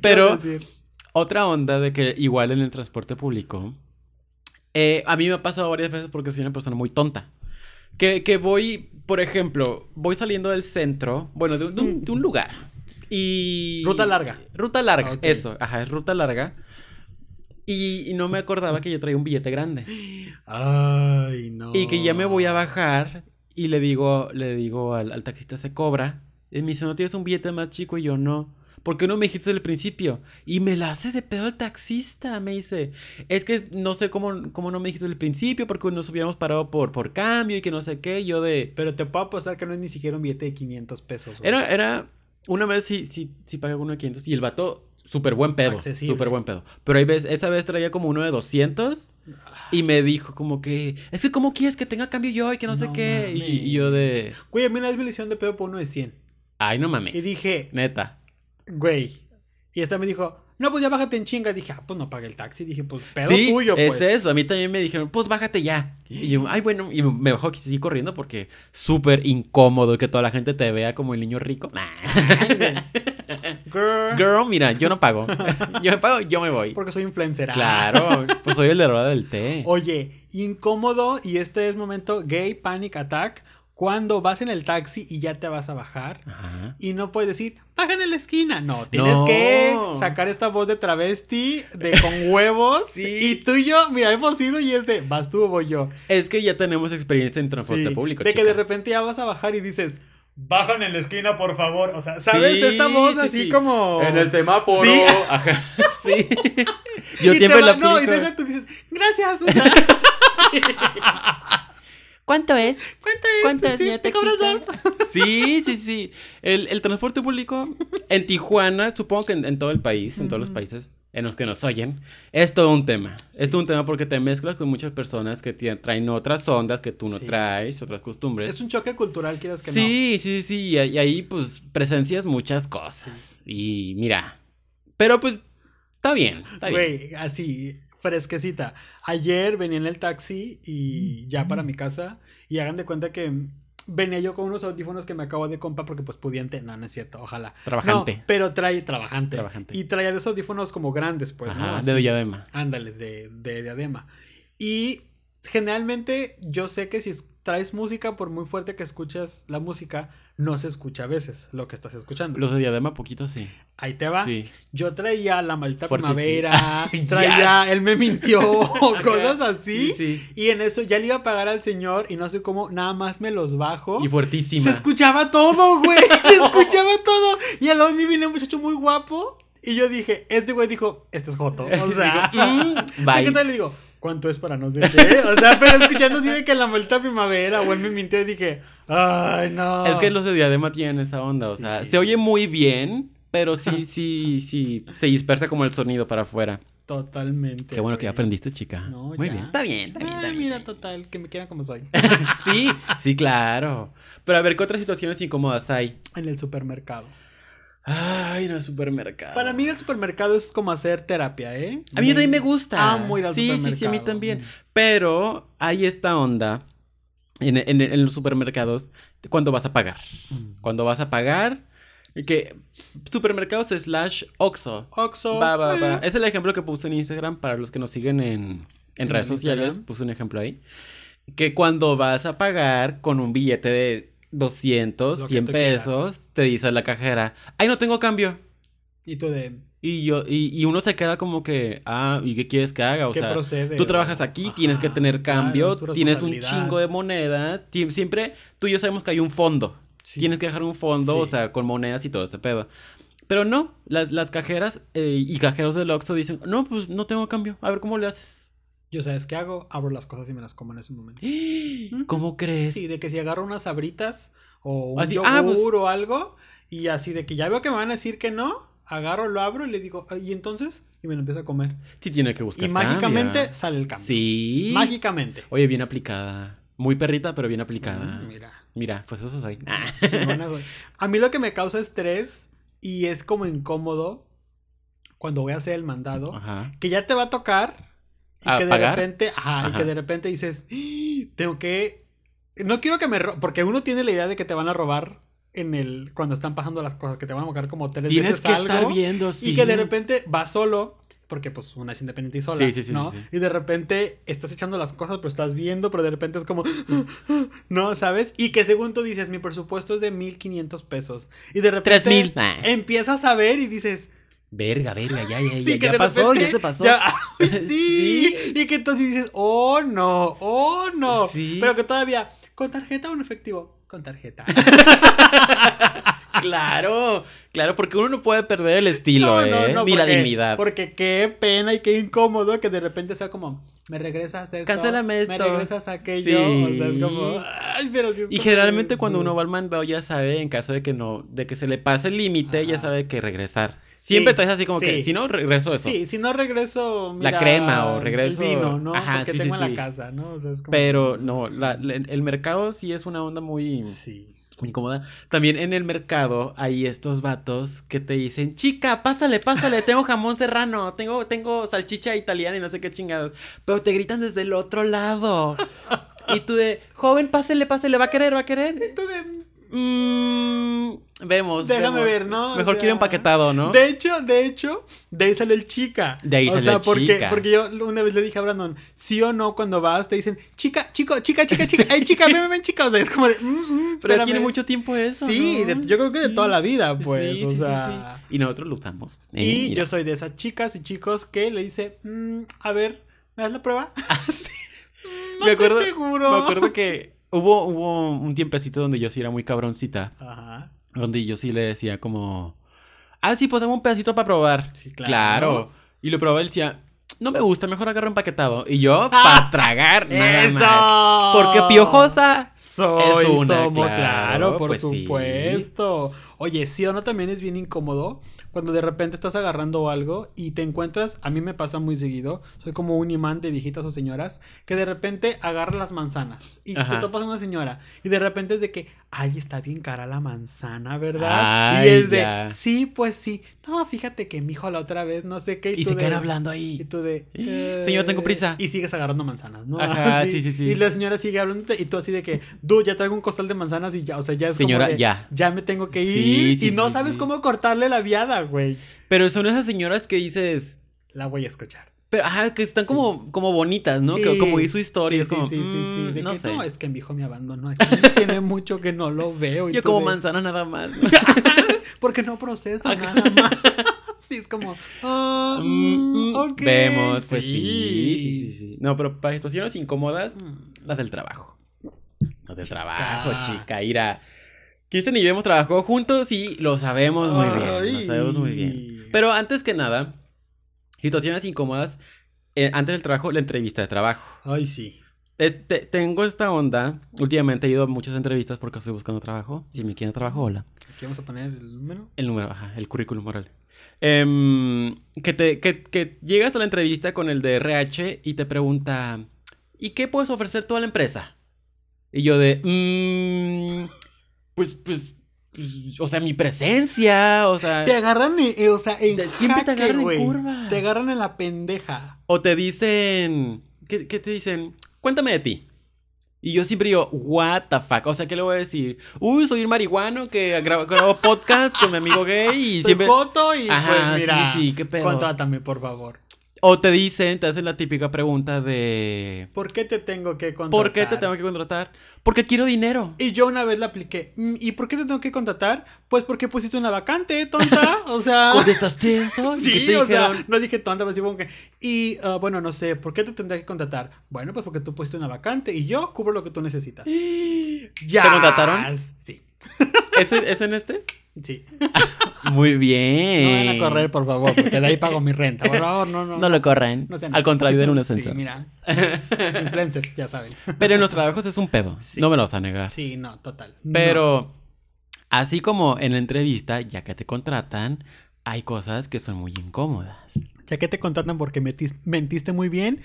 Pero
¿Qué vas a decir?
otra onda de que igual en el transporte público, eh, a mí me ha pasado varias veces porque soy una persona muy tonta. Que, que voy, por ejemplo, voy saliendo del centro, bueno, de, un- de un, de un lugar. Y...
Mm. Ruta larga.
Ruta larga,
Ah, ok.
eso. Ajá, es ruta larga. Y, y no me acordaba que yo traía un billete grande.
Ay, no.
Y que ya me voy a bajar y le digo, le digo al, al taxista se cobra. Y me dice, ¿no tienes un billete más chico? Y yo no. ¿Por qué no me dijiste desde el principio? Y me la hace de pedo el taxista, me dice. Es que no sé cómo, cómo no me dijiste desde el principio, porque nos hubiéramos parado por, por cambio y que no sé qué. y yo de...
Pero te puedo apostar que no es ni siquiera un billete de 500 pesos. güey.
Era, era, una vez sí, sí, sí pagué uno de 500 y el vato, súper buen pedo,
Accesible.
súper buen pedo. Pero hay veces, esa vez traía como uno de 200
Ah.
y me dijo como que, es que cómo quieres que tenga cambio yo y que no, sé
No
qué. Y,
mames.
y yo de,
Güey, a mí una vez me lo hicieron de pedo por uno de 100.
ay, no mames.
Y dije,
Neta.
güey. Y esta me dijo, no, pues ya bájate en chinga. Dije, ah, pues no pagué el taxi. Dije, pues pedo
sí,
tuyo,
es
pues.
eso. A mí también me dijeron, pues bájate ya. Y yo, ay, bueno, y me bajó que seguí corriendo porque súper incómodo que toda la gente te vea como el niño rico.
Ay, güey. Girl.
Girl, mira, yo no pago. Yo me pago, yo me voy.
Porque soy influencer. ah.
Claro, pues soy el de la hora del té.
Oye, incómodo y este es momento gay panic attack cuando vas en el taxi y ya te vas a bajar
Ajá.
y no puedes decir, bajan en la esquina. No, tienes
No.
que sacar esta voz de travesti, de con huevos.
Sí.
Y tú y yo, mira, hemos ido y es de, vas tú o voy yo.
Es que ya tenemos experiencia en transporte
Sí,
público.
De que de
chica.
repente ya vas a bajar y dices, bajan en la esquina, por favor. O sea, ¿sabes? esta voz
sí,
así
sí.
como...
semáforo.
Sí.
Ajá. Sí. Yo
Y te
siempre
va-
la
No, y
aplico.
luego tú dices, gracias. o sea,
¿Cuánto es?
¿Cuánto es?
¿Cuánto es,
Sí,
señor
te cobras
taxista?
dos.
Sí, sí, sí. El, el transporte público en Tijuana, supongo que en, en todo el país, en todos los
Ujú.
países en los que nos oyen, es todo un tema.
Sí.
Es todo un tema porque te mezclas con muchas personas que tie- traen otras ondas que tú no
Sí.
traes, otras costumbres.
Es un choque cultural, quieras que no.
sí, sí, sí, y ahí- y ahí pues presencias muchas cosas. Y mira, pero pues está bien, está bien.
Güey, así, fresquecita. Ayer venía en el taxi y ya para mi casa. Y hagan de cuenta que venía yo con unos audífonos que me acabo de comprar porque pues pudiente. No, no es cierto, ojalá.
Trabajante.
No, pero trae trabajante.
Trabajante.
Y traía de esos audífonos como grandes, pues, ¿no?
Ajá,
Así.
de diadema.
Ándale, de, de diadema. Y generalmente yo sé que si es- traes música, por muy fuerte que escuchas la música, no se escucha a veces lo que estás escuchando.
Los de diadema poquito sí.
Ahí te va.
Sí.
Yo traía la maldita
Fuerte, sí.
primavera, traía él me mintió, o cosas así.
sí.
Y en eso ya le iba a pagar al señor y no sé cómo, nada más me los bajo.
Y fuertísima.
¿Oh? Se escuchaba todo, güey. Se escuchaba todo. Y al lado de mí vino un muchacho muy guapo. Y yo dije, este güey dijo, este es Joto. O sea,
Mm,
¿qué
bye.
tal? Le digo, ¿cuánto es para no sé qué? O sea, pero escuchando así de que la maldita primavera o él me mintió y dije, ay, no.
Es que los de diadema tienen esa onda, o sea,
Sí.
se oye muy bien, pero sí, sí, sí, se dispersa como el sonido para afuera.
Totalmente.
Qué bueno que ya
güey.
aprendiste, chica.
No,
Muy
ya.
bien. Está bien, está bien.
Ah,
está bien.
mira, total, que me quieran como soy.
sí, sí, claro. Pero a ver, ¿qué otras situaciones incómodas hay?
En el supermercado.
Ay, en el supermercado.
Para mí el supermercado es como hacer terapia, ¿eh?
Ah. A mí
Muy-
también me gusta.
Amo ir al
sí, sí, sí, a mí
supermercado.
también. Pero hay esta onda en, en- en los supermercados cuando vas a pagar.
Mm.
Cuando vas a pagar, que supermercados slash Oxxo.
Oxxo.
Va, va, va.
eh.
Es el ejemplo que puse en Instagram para los que nos siguen en, en
En
redes sociales.
Instagram.
Puse un ejemplo ahí. Que cuando vas a pagar con un billete de 200,
Lo que
100
tú quieras.
pesos, te dice la cajera, ay, no tengo cambio.
Y tú de...
Y, yo, y, y uno se queda como que, ah, ¿y qué quieres que haga? O
¿Qué
sea,
procede?
tú trabajas aquí, tienes que tener cambio, tienes un chingo de moneda. ti- Siempre tú y yo sabemos que hay un fondo. Tienes que dejar un fondo, o
Sí.
sea, con monedas y todo ese pedo. Pero no, las, las cajeras eh, y cajeros del Oxxo dicen, no, pues no tengo cambio, a ver cómo le haces.
Yo sabes qué hago, abro las cosas y me las como en ese momento.
¿Cómo crees?
Mm. Sí, de que si agarro unas sabritas o un
Así,
yogur
ah, pues-
o algo, y así de que ya veo que me van a decir que no, agarro, lo abro y le digo, "Ah, ¿y entonces? Y me lo empiezo a comer.
Sí tiene que buscar
Y mágicamente
cambio.
sale el cambio.
Pues Sí.
Mágicamente.
Oye, bien aplicada. Muy perrita, pero bien aplicada.
Mm,
mira.
Mira. Ah.
pues eso soy.
chingona, güey. A mí lo que me causa estrés y es como incómodo cuando voy a hacer el mandado,
Ajá.
que ya te va a tocar y
¿A
que de
pagar?
repente, ajá, y
Ajá.
que de repente dices, "Ah, tengo que no quiero que me ro-", porque uno tiene la idea de que te van a robar en el cuando están pasando las cosas, que te van a marcar como tres
Tienes
veces
que
algo
estar viendo, sí.
y que de repente vas solo porque pues una es independiente y sola,
Sí, sí, sí,
¿no?
sí, sí.
Y de repente estás echando las cosas, pero estás viendo, pero de repente es como no, ¿sabes? Y que según tú dices, mi presupuesto es de 1500 pesos y de repente
3000.
empiezas a ver y dices,
Verga, verga, ya, ya,
Sí,
ya,
que
ya
de
pasó,
repente
ya se pasó.
ya- ¡Ay, sí!
Sí.
Y que entonces dices, oh no, oh no.
Sí.
Pero que todavía, ¿con tarjeta o en efectivo? Con tarjeta.
Claro, claro, porque uno no puede perder el estilo, ¿eh? Ni la
porque-
dignidad.
Porque qué pena y qué incómodo que de repente sea como, me regresas esto.
Cancélame
Me
esto".
regresas aquello. O sea, es como,
Sí.
ay, pero sí es
Y
como-
generalmente cuando uno va al mandado ya sabe, en caso de que no, de que se le pase el límite, ya
Ajá.
sabe que regresar. Siempre
Sí,
traes así como que,
sí.
si no, regreso eso.
Sí, si no regreso.
La
mira,
crema o
el
regreso-
vino, ¿no?
Ajá,
Porque
sí, sí,
tengo en
sí.
la casa, ¿no? O sea, es como.
Pero no, la- la- el mercado sí es una onda muy
Sí.
incómoda. También en el mercado hay estos vatos que te dicen, chica, pásale, pásale, tengo jamón serrano, tengo, tengo salchicha italiana y no sé qué chingados. Pero te gritan desde el otro lado. Y tú de, joven, pásele, pásele, va a querer, va a querer.
Entonces,
Mm, vemos.
déjame
vemos.
ver, ¿no? O
Oh, Mejor quiero
sea,
empaquetado, ¿no?
De hecho, de hecho, de ahí sale el chica.
De ahí
o
sale
sea,
el
porque,
chica.
porque yo una vez le dije a Brandon, sí o no, cuando vas, te dicen, chica, chico, chica, chica, chica, ay, chica, ven, ven, ven, chica. O sea, es como de, mm, mm,
Pero
espérame.
tiene mucho tiempo eso.
Sí,
¿no?
de- yo creo que de
Sí.
toda la vida, pues.
Sí,
o
sí, sí,
sea.
sí. Y nosotros lo usamos. Eh,
Y
mira.
yo soy de esas chicas y chicos que le dice, mm, a ver, ¿me das la prueba? Mm, No
Ah, Me
estoy
acuerdo-
seguro.
Me acuerdo que hubo, hubo un tiempecito donde yo sí era muy cabroncita.
Ajá.
Donde yo sí le decía como... Ah, sí, pues dame un pedacito para probar.
Sí, claro.
Claro. Y lo probaba y él decía... No me gusta, mejor agarro empaquetado. Y yo, para tragar. nada más.
Eso.
Porque piojosa.
Soy,
Es una,
somos,
claro,
claro, por
pues sí.
supuesto. Oye, sí o no también es bien incómodo cuando de repente estás agarrando algo y te encuentras, a mí me pasa muy seguido, soy como un imán de viejitas o señoras, que de repente agarra las manzanas y
Ajá.
te topas una señora y de repente es de que, ay, está bien cara la manzana, ¿verdad?
Ay,
y es de,
ya.
sí, pues sí. No, fíjate que mi hijo la otra vez, no sé qué.
Y
tú
se
de-
quedan hablando
y
ahí.
tú de...
Señor, tengo prisa.
Y sigues agarrando manzanas, ¿no?
Ajá,
Así.
sí, sí, sí.
Y la señora sigue hablando y tú así de que, dude, ya traigo un costal de manzanas y ya, o sea, ya es como
Señora,
de,
ya.
Ya me tengo que
Sí,
ir
sí,
y no
sí,
sabes
sí.
cómo cortarle la viada, güey.
Pero son esas señoras que dices...
La voy a escuchar.
Pero, ajá, que están
Sí.
como, como bonitas, ¿no?
Sí.
Que- como y su historia.
Sí,
es como,
sí, sí, sí, sí.
mm,
De
no
que,
sé.
no, es que mi hijo me abandonó aquí. Tiene mucho que no lo veo. y
Yo
tú
como
de,
manzana nada más.
Porque no proceso nada más. sí, es como, ah,
Mm,
mm,
mm,
ok,
Vemos, pues sí. Sí, sí, sí. No, pero para situaciones incómodas,
Mm,
las del trabajo. Las del trabajo, chica. Ir a... Kirsten y yo hemos trabajado juntos y lo sabemos muy bien. Lo
ay.
sabemos muy bien. Pero antes que nada, situaciones incómodas, eh, antes del trabajo, la entrevista de trabajo.
Ay, sí.
Este, tengo esta onda. Últimamente he ido a muchas entrevistas porque estoy buscando trabajo. Si me quieren trabajo, hola.
Aquí vamos a poner el número.
El número, ajá, el currículum moral. Em, que, te, que, que llegas a la entrevista con el de RH y te pregunta, ¿y qué puedes ofrecer tú a la empresa? Y yo de, "Mm, pues, pues, pues, o sea, mi presencia, o sea...
Te agarran, en- eh, o sea, en
Te- siempre te
jaque,
agarran en
güey.
curva.
Te agarran en la pendeja.
O te dicen. ¿Qué, qué te dicen? Cuéntame de ti. Y yo siempre digo, what the fuck. O sea, ¿qué le voy a decir? Uy, soy un marihuano que grabo, grabo podcast con mi amigo gay y
Soy
siempre.
foto y
Ajá,
pues mira,
sí, sí, qué pedo.
contrátame, por favor.
O te dicen, te hacen la típica pregunta de.
¿Por qué te tengo que contratar?
¿Por qué te tengo que contratar? Porque quiero dinero.
Y yo una vez la apliqué. Mm, ¿Y por qué te tengo que contratar? Pues porque pusiste una vacante, tonta. O sea.
¿Contestaste eso? ¿Y qué
Sí,
te
o sea,
dijeron?
no dije tonta, pero sí como que. Y ah, bueno, no sé, ¿por qué te tendría que contratar? Bueno, pues porque tú pusiste una vacante y yo cubro lo que tú necesitas. Ya.
contrataron?
Sí,
¿Es, en- ¿Es en este?
sí.
Muy
No
bien.
van a correr, por favor, porque de ahí pago mi renta. Por favor, no, no.
Eh. No lo corren.
no sean
Al
así.
contrario, den un
Sí,
ascensor.
mira. Influencers, ya saben.
Pero en los trabajos es un pedo.
Sí.
No me lo vas a negar.
Sí, no, total.
Pero así como en la entrevista, ya que te contratan, hay cosas que son muy incómodas.
No. Ya que te contratan porque metis- mentiste muy bien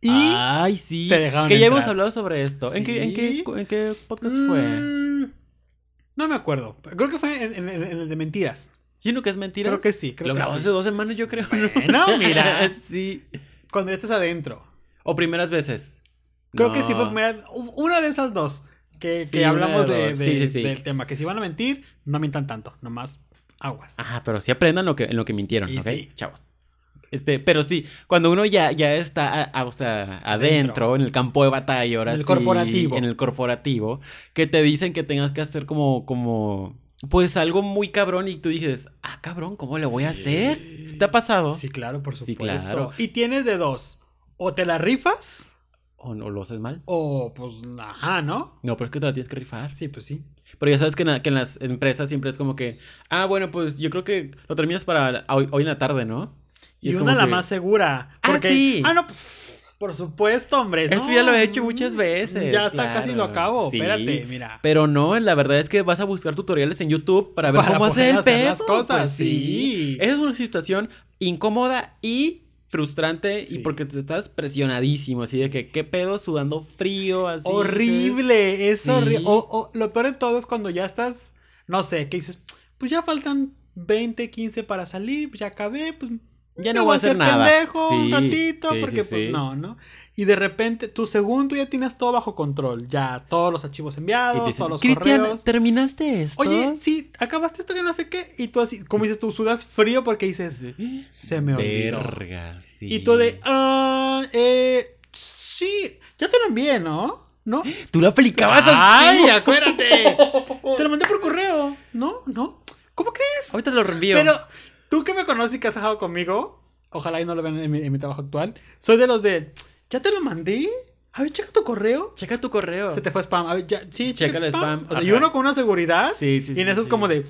y.
Ay, sí.
te dejaron
que ya
entrar.
hemos hablado sobre esto. ¿En, qué, en, qué,
Sí.
en qué podcast fue?
Mm, No me acuerdo. Creo que fue en, en- en- en el de mentiras.
Sino que es mentira.
Creo que sí. Creo
Lo
que
grabó
sí.
hace dos semanas, yo creo.
Bueno, mira.
sí.
Cuando ya estás adentro.
O primeras veces.
Creo
No.
que sí fue primera- u- una de esas dos que,
Sí,
que
una
hablamos
de
de-
dos.
de-
Sí, sí, sí.
del tema. Que si van a mentir, no mientan tanto. Nomás aguas.
Ajá, Ah, pero sí aprendan lo que, en lo que mintieron,
Y
¿ok?
sí.
Chavos. Este, pero sí, cuando uno ya, ya está a- a- o sea, adentro,
Adentro.
en el campo de batalla, ahora
En el
sí,
corporativo.
En el corporativo, que te dicen que tengas que hacer como, como, pues algo muy cabrón y tú dices, ah, cabrón, ¿cómo le voy a hacer? ¿Te ha pasado?
Sí, claro, por
Sí,
supuesto.
claro.
Y tienes de dos. O te la rifas,
¿O no lo haces mal?
o pues, ajá, ¿no?
No, pero es que te la tienes que rifar.
Sí, pues sí.
Pero ya sabes que en, la- que en las empresas siempre es como que, ah, bueno, pues yo creo que lo terminas para hoy, hoy en la tarde, ¿no?
Y,
es
una
como
la
que,
más segura.
Ah,
Porque,
sí.
Ah, no, pf, por supuesto, hombre.
Esto
no,
ya lo he hecho muchas veces,
Ya hasta
claro.
casi lo acabo.
Sí.
Espérate, mira.
Pero no, la verdad es que vas a buscar tutoriales en YouTube para ver
Para
cómo hacer
poder
el
hacer
pedo.
las cosas,
pues
sí.
Esa es una situación incómoda y frustrante y
Sí.
porque te estás presionadísimo, así de que qué pedo sudando frío, así.
horrible, es
Sí.
horrible. O, o lo peor de todo es cuando ya estás, no sé, que dices, pues ya faltan 20, 15 para salir, pues ya acabé, pues
Ya
me
no voy a hacer
ser
nada.
pendejo un
Sí,
ratito,
sí,
porque
sí,
pues
sí.
no, ¿no? Y de repente, tu segundo ya tienes todo bajo control, ya todos los archivos
Y
enviados,
te dicen,
todos los
Cristian,
correos.
¿terminaste esto?
Oye, sí, acabaste esto que no sé qué, y tú así, como dices tú, sudas frío porque dices,
Sí.
se me olvidó.
Verga, sí.
Y tú de, ah, eh, sí, ya te lo envié, ¿no? ¿No?
Tú lo aplicabas
¡Ay,
así.
acuérdate! Te lo mandé por correo. ¿No? ¿No? ¿Cómo crees?
Ahorita te lo reenvío.
Pero tú que me conoces y que has trabajado conmigo, ojalá y no lo vean en mi, en mi trabajo actual, soy de los de, ¿ya te lo mandé? A ver, checa tu correo.
Checa tu correo.
Se te fue spam. A ver, ya, sí, checa
Checa
el
el
spam.
spam,
O sea,
ajá.
y uno con una seguridad.
Sí, sí,
y en
sí,
eso es
sí.
como de,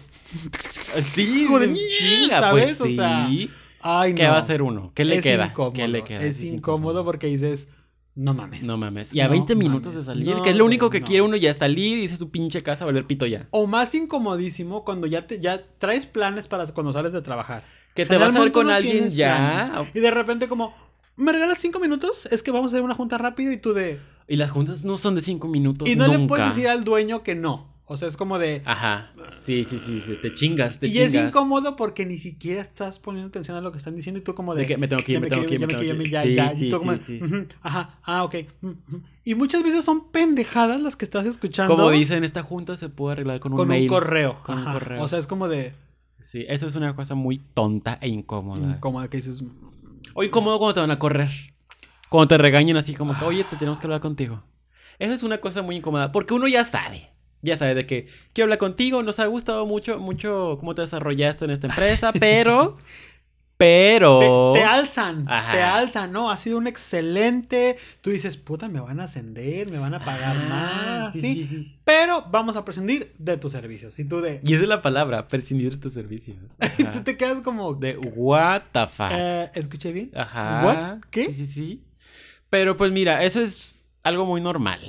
Sí,
Como de,
en chinga,
¿sabes?
pues
O sea,
sí.
ay, no.
¿Qué va a hacer uno? ¿Qué le
es
queda?
Incómodo,
¿Qué le queda?
Es,
Sí,
incómodo porque dices, no mames.
No mames. Y a
No
20 minutos
mames.
de salir,
No,
que es lo único
güey,
que
no.
quiere uno ya salir y irse a su pinche casa a valer pito ya.
O más incomodísimo cuando ya, te, ya traes planes para cuando sales de trabajar.
Que te vas a ver
Generalmente
con
no
alguien
tienes
ya.
planes. Y de repente como, ¿me regalas cinco minutos? Es que vamos a hacer una junta rápido y tú de...
Y las juntas no son de 5 minutos.
Y no
nunca.
le puedes decir al dueño que no. O sea, es como de...
Ajá. Sí, sí, sí, sí, Te chingas, te
y
chingas.
es incómodo porque ni siquiera estás poniendo atención a lo que están diciendo y tú como de...
De que me tengo que ir,
"Ya
me tengo que ir,
ya
me tengo
ya
que ir".
ya,
Sí,
ya.
sí,
y tú como
sí,
de,
sí.
"Ujú, ajá, ah, ok. ujú". Y muchas veces son pendejadas las que estás escuchando.
Como dicen, esta junta se puede arreglar con un
Con
mail.
un correo.
Con un
ajá.
correo.
O sea, es como de...
Sí, eso es una cosa muy tonta e incómoda.
mm, Como de que dices...
O incómodo cuando te van a correr. Cuando te regañan así como que, oye, te tenemos que hablar contigo. Eso es una cosa muy incómoda, porque uno ya sabe. Ya sabe de que quiero hablar contigo, nos ha gustado mucho, mucho cómo te desarrollaste en esta empresa, pero,
Te,
pero...
te alzan,
Oh. Ajá.
te alzan, ¿no? Ha sido un excelente. Tú dices, puta, me van a ascender, me van a pagar
Ah,
más, ¿sí?
sí, sí, sí.
Pero vamos a prescindir de tus servicios. Y tú de.
Y esa es la palabra, prescindir de tus servicios.
y
Ajá.
tú te quedas como.
De what the fuck.
eh, ¿Escuché bien?
Ajá.
what? ¿Qué?
Sí, sí, sí. Pero pues mira, eso es algo muy normal.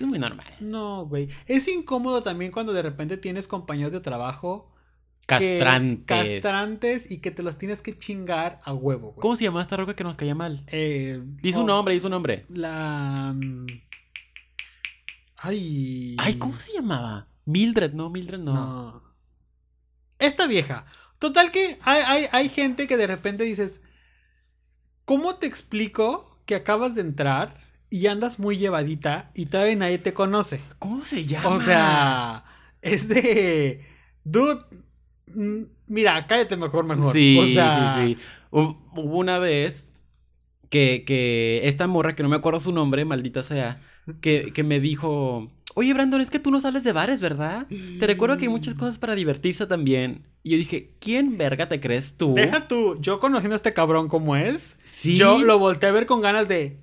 Es muy normal.
No, güey. Es incómodo también cuando de repente tienes compañeros de trabajo que-
Castrantes.
castrantes y que te los tienes que chingar a huevo, güey.
¿Cómo se llamaba esta roca que nos caía mal?
Eh,
Dice
oh,
un nombre, dice un nombre.
La. mm, Ay.
Ay, ¿cómo se llamaba? Mildred, no, Mildred no.
No. Esta vieja. Total que hay, hay- hay gente que de repente dices, ¿cómo te explico que acabas de entrar y andas muy llevadita y todavía nadie te conoce?
¿Cómo se llama?
O sea, es de... Dude, mm, mira, cállate mejor, mejor.
Sí,
o sea,
sí, sí. Hu- Hubo una vez que, que esta morra, que no me acuerdo su nombre, maldita sea, que, que me dijo, oye Brandon, es que tú no sales de bares, ¿verdad? Te recuerdo que hay
Mm.
muchas cosas para divertirse también. Y yo dije, ¿quién verga te crees tú?
Deja tú, yo conociendo a este cabrón como es,
Mm. Sí,
yo lo volteé a ver con ganas de,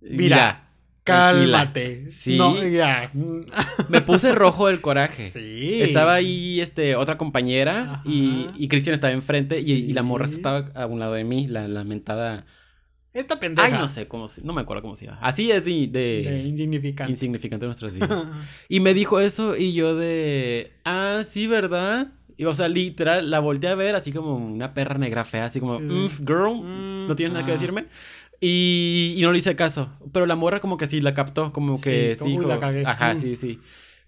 mira, cálmate.
Sí.
No, ya. mm, ah,
Me puse rojo del coraje.
Sí.
Estaba ahí este, otra compañera
Ajá.
y, y Cristian estaba enfrente y, y la morra
Sí.
estaba a un lado de mí, la lamentada...
Esta pendeja.
Ay, no sé cómo se- no me acuerdo cómo se llama. Así es de, de
De insignificante.
insignificante en nuestras vidas. y me dijo eso y yo de, ah, sí, ¿verdad? Y, o sea, literal, la volteé a ver así como una perra negra fea, así como,
Sí.
"Mm, girl, no tiene
Ah.
nada que decirme. Y, y no le hice caso. Pero la morra como que sí la captó, como que
Sí,
sí.
como, "Uy,
dijo,
la cagué".
Ajá,
Mm.
sí, sí.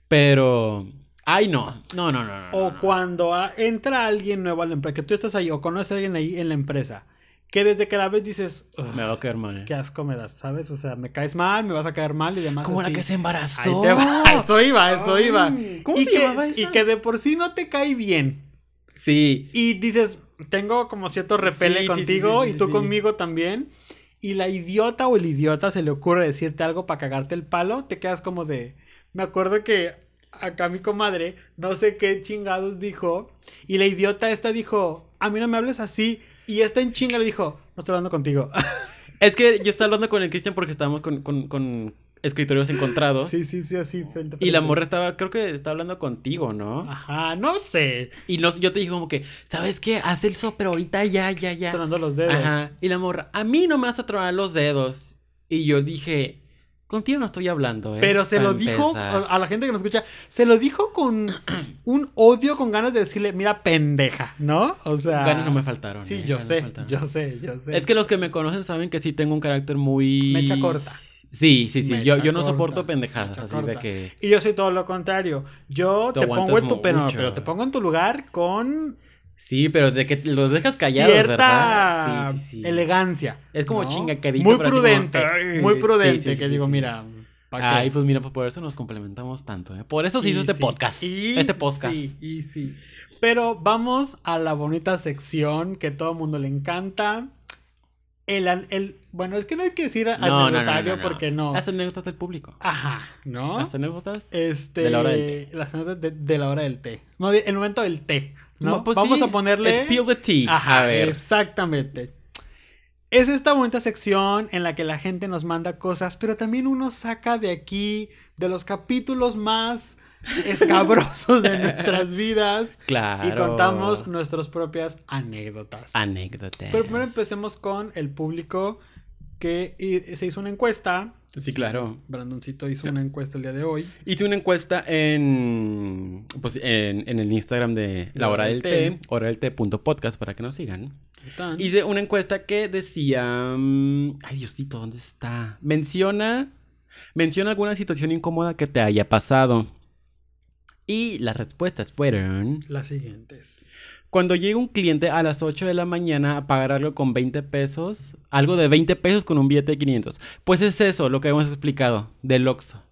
Pero, ay, no, no, no, no. no,
O
no.
cuando ah, entra alguien nuevo a la empresa, que tú estás ahí o conoces a alguien ahí en la empresa, que desde que la ves dices, "Ugh,
Me va a caer mal. eh.
qué asco me das, ¿sabes? O sea, me caes mal, me vas a caer mal y demás.
Como la
así.
que se embarazó.
Ahí te va, a eso iba, a eso
Ay,
iba.
¿Cómo
y
se
que,
llamaba esa?
Y que de por sí no te cae bien.
Sí,
Y dices, tengo como cierto repele
Sí, sí, sí,
contigo
sí, sí,
y tú
sí.
conmigo también. Y la idiota o el idiota se le ocurre decirte algo para cagarte el palo, te quedas como de. Me acuerdo que acá mi comadre, no sé qué chingados dijo. Y la idiota esta dijo, a mí no me hables así. Y esta en chinga le dijo, no estoy hablando contigo.
Es que yo estaba hablando con el Cristian porque estábamos con, con- con escritorios encontrados.
sí, sí, sí, así. frente a
Y la
frente.
morra estaba, creo que estaba hablando contigo, ¿no?
Ajá, no sé.
Y no, yo te dije como que, ¿sabes qué? Haz el so, pero ahorita ya, ya, ya.
Tronando los dedos.
Ajá. Y la morra, a mí no me vas a tronar los dedos. Y yo dije, contigo no estoy hablando, ¿eh?
Pero se
Para
lo dijo a,
empezar".
a la gente que nos escucha, se lo dijo con un odio, con ganas de decirle, mira, pendeja, ¿no? O sea.
Ganas no me faltaron.
Sí,
¿eh?
yo
Ganas no me
sé,
faltaron.
yo sé, yo sé.
Es que los que me conocen saben que sí tengo un carácter muy...
mecha corta.
Sí, sí, sí. Yo,
Mecha
yo no
corta.
soporto pendejadas.
Mecha
así de
corta.
que...
Y yo soy todo lo contrario. Yo
Tú
te
aguantas
pongo en tu
mucho.
pero, pero te pongo en tu lugar con
Sí, pero de que los dejas callados,
cierta
¿verdad? Sí, sí, sí.
elegancia.
Es como
¿no?
chingaquerito,
Muy
pero así como,
prudente,
"Ay".
muy
Sí,
prudente.
sí,
que
sí,
digo,
sí.
mira, ¿pa' qué?
Ay, pues mira, pues por eso nos complementamos tanto, ¿eh? Por eso se hizo
Y
este
sí,
podcast.
y
este podcast.
Sí, y sí. Pero vamos a la bonita sección que todo el mundo le encanta. El, an- el, bueno, es que no hay que decir anecdotario porque no.
Las anécdotas del público.
Ajá, ¿no?
Las anécdotas.
Este,
de la hora del
las anécdotas de, de la hora del té. Más bien, el momento del té, ¿no?
Pues
vamos
sí,
a ponerle...
Spill the tea.
Ajá,
a ver.
Exactamente. Es esta bonita sección en la que la gente nos manda cosas, pero también uno saca de aquí, de los capítulos más escabrosos de nuestras vidas,
Claro.
y contamos nuestras propias anécdotas.
anécdotas.
pero primero empecemos con el público que y- se hizo una encuesta.
Sí, claro.
Brandoncito hizo una encuesta el día de hoy.
Hice una encuesta en, pues, en, en el Instagram de La Hora del Té, hora del té punto podcast, para que nos sigan.
Tan.
Hice una encuesta que decía. mm, Ay, Diosito, ¿dónde está? Menciona. Menciona alguna situación incómoda que te haya pasado. Y las respuestas fueron.
Las siguientes.
Cuando llega un cliente a las 8 de la mañana a pagar algo con 20 pesos, algo de 20 pesos con un billete de 500. Pues es eso lo que hemos explicado del Oxxo.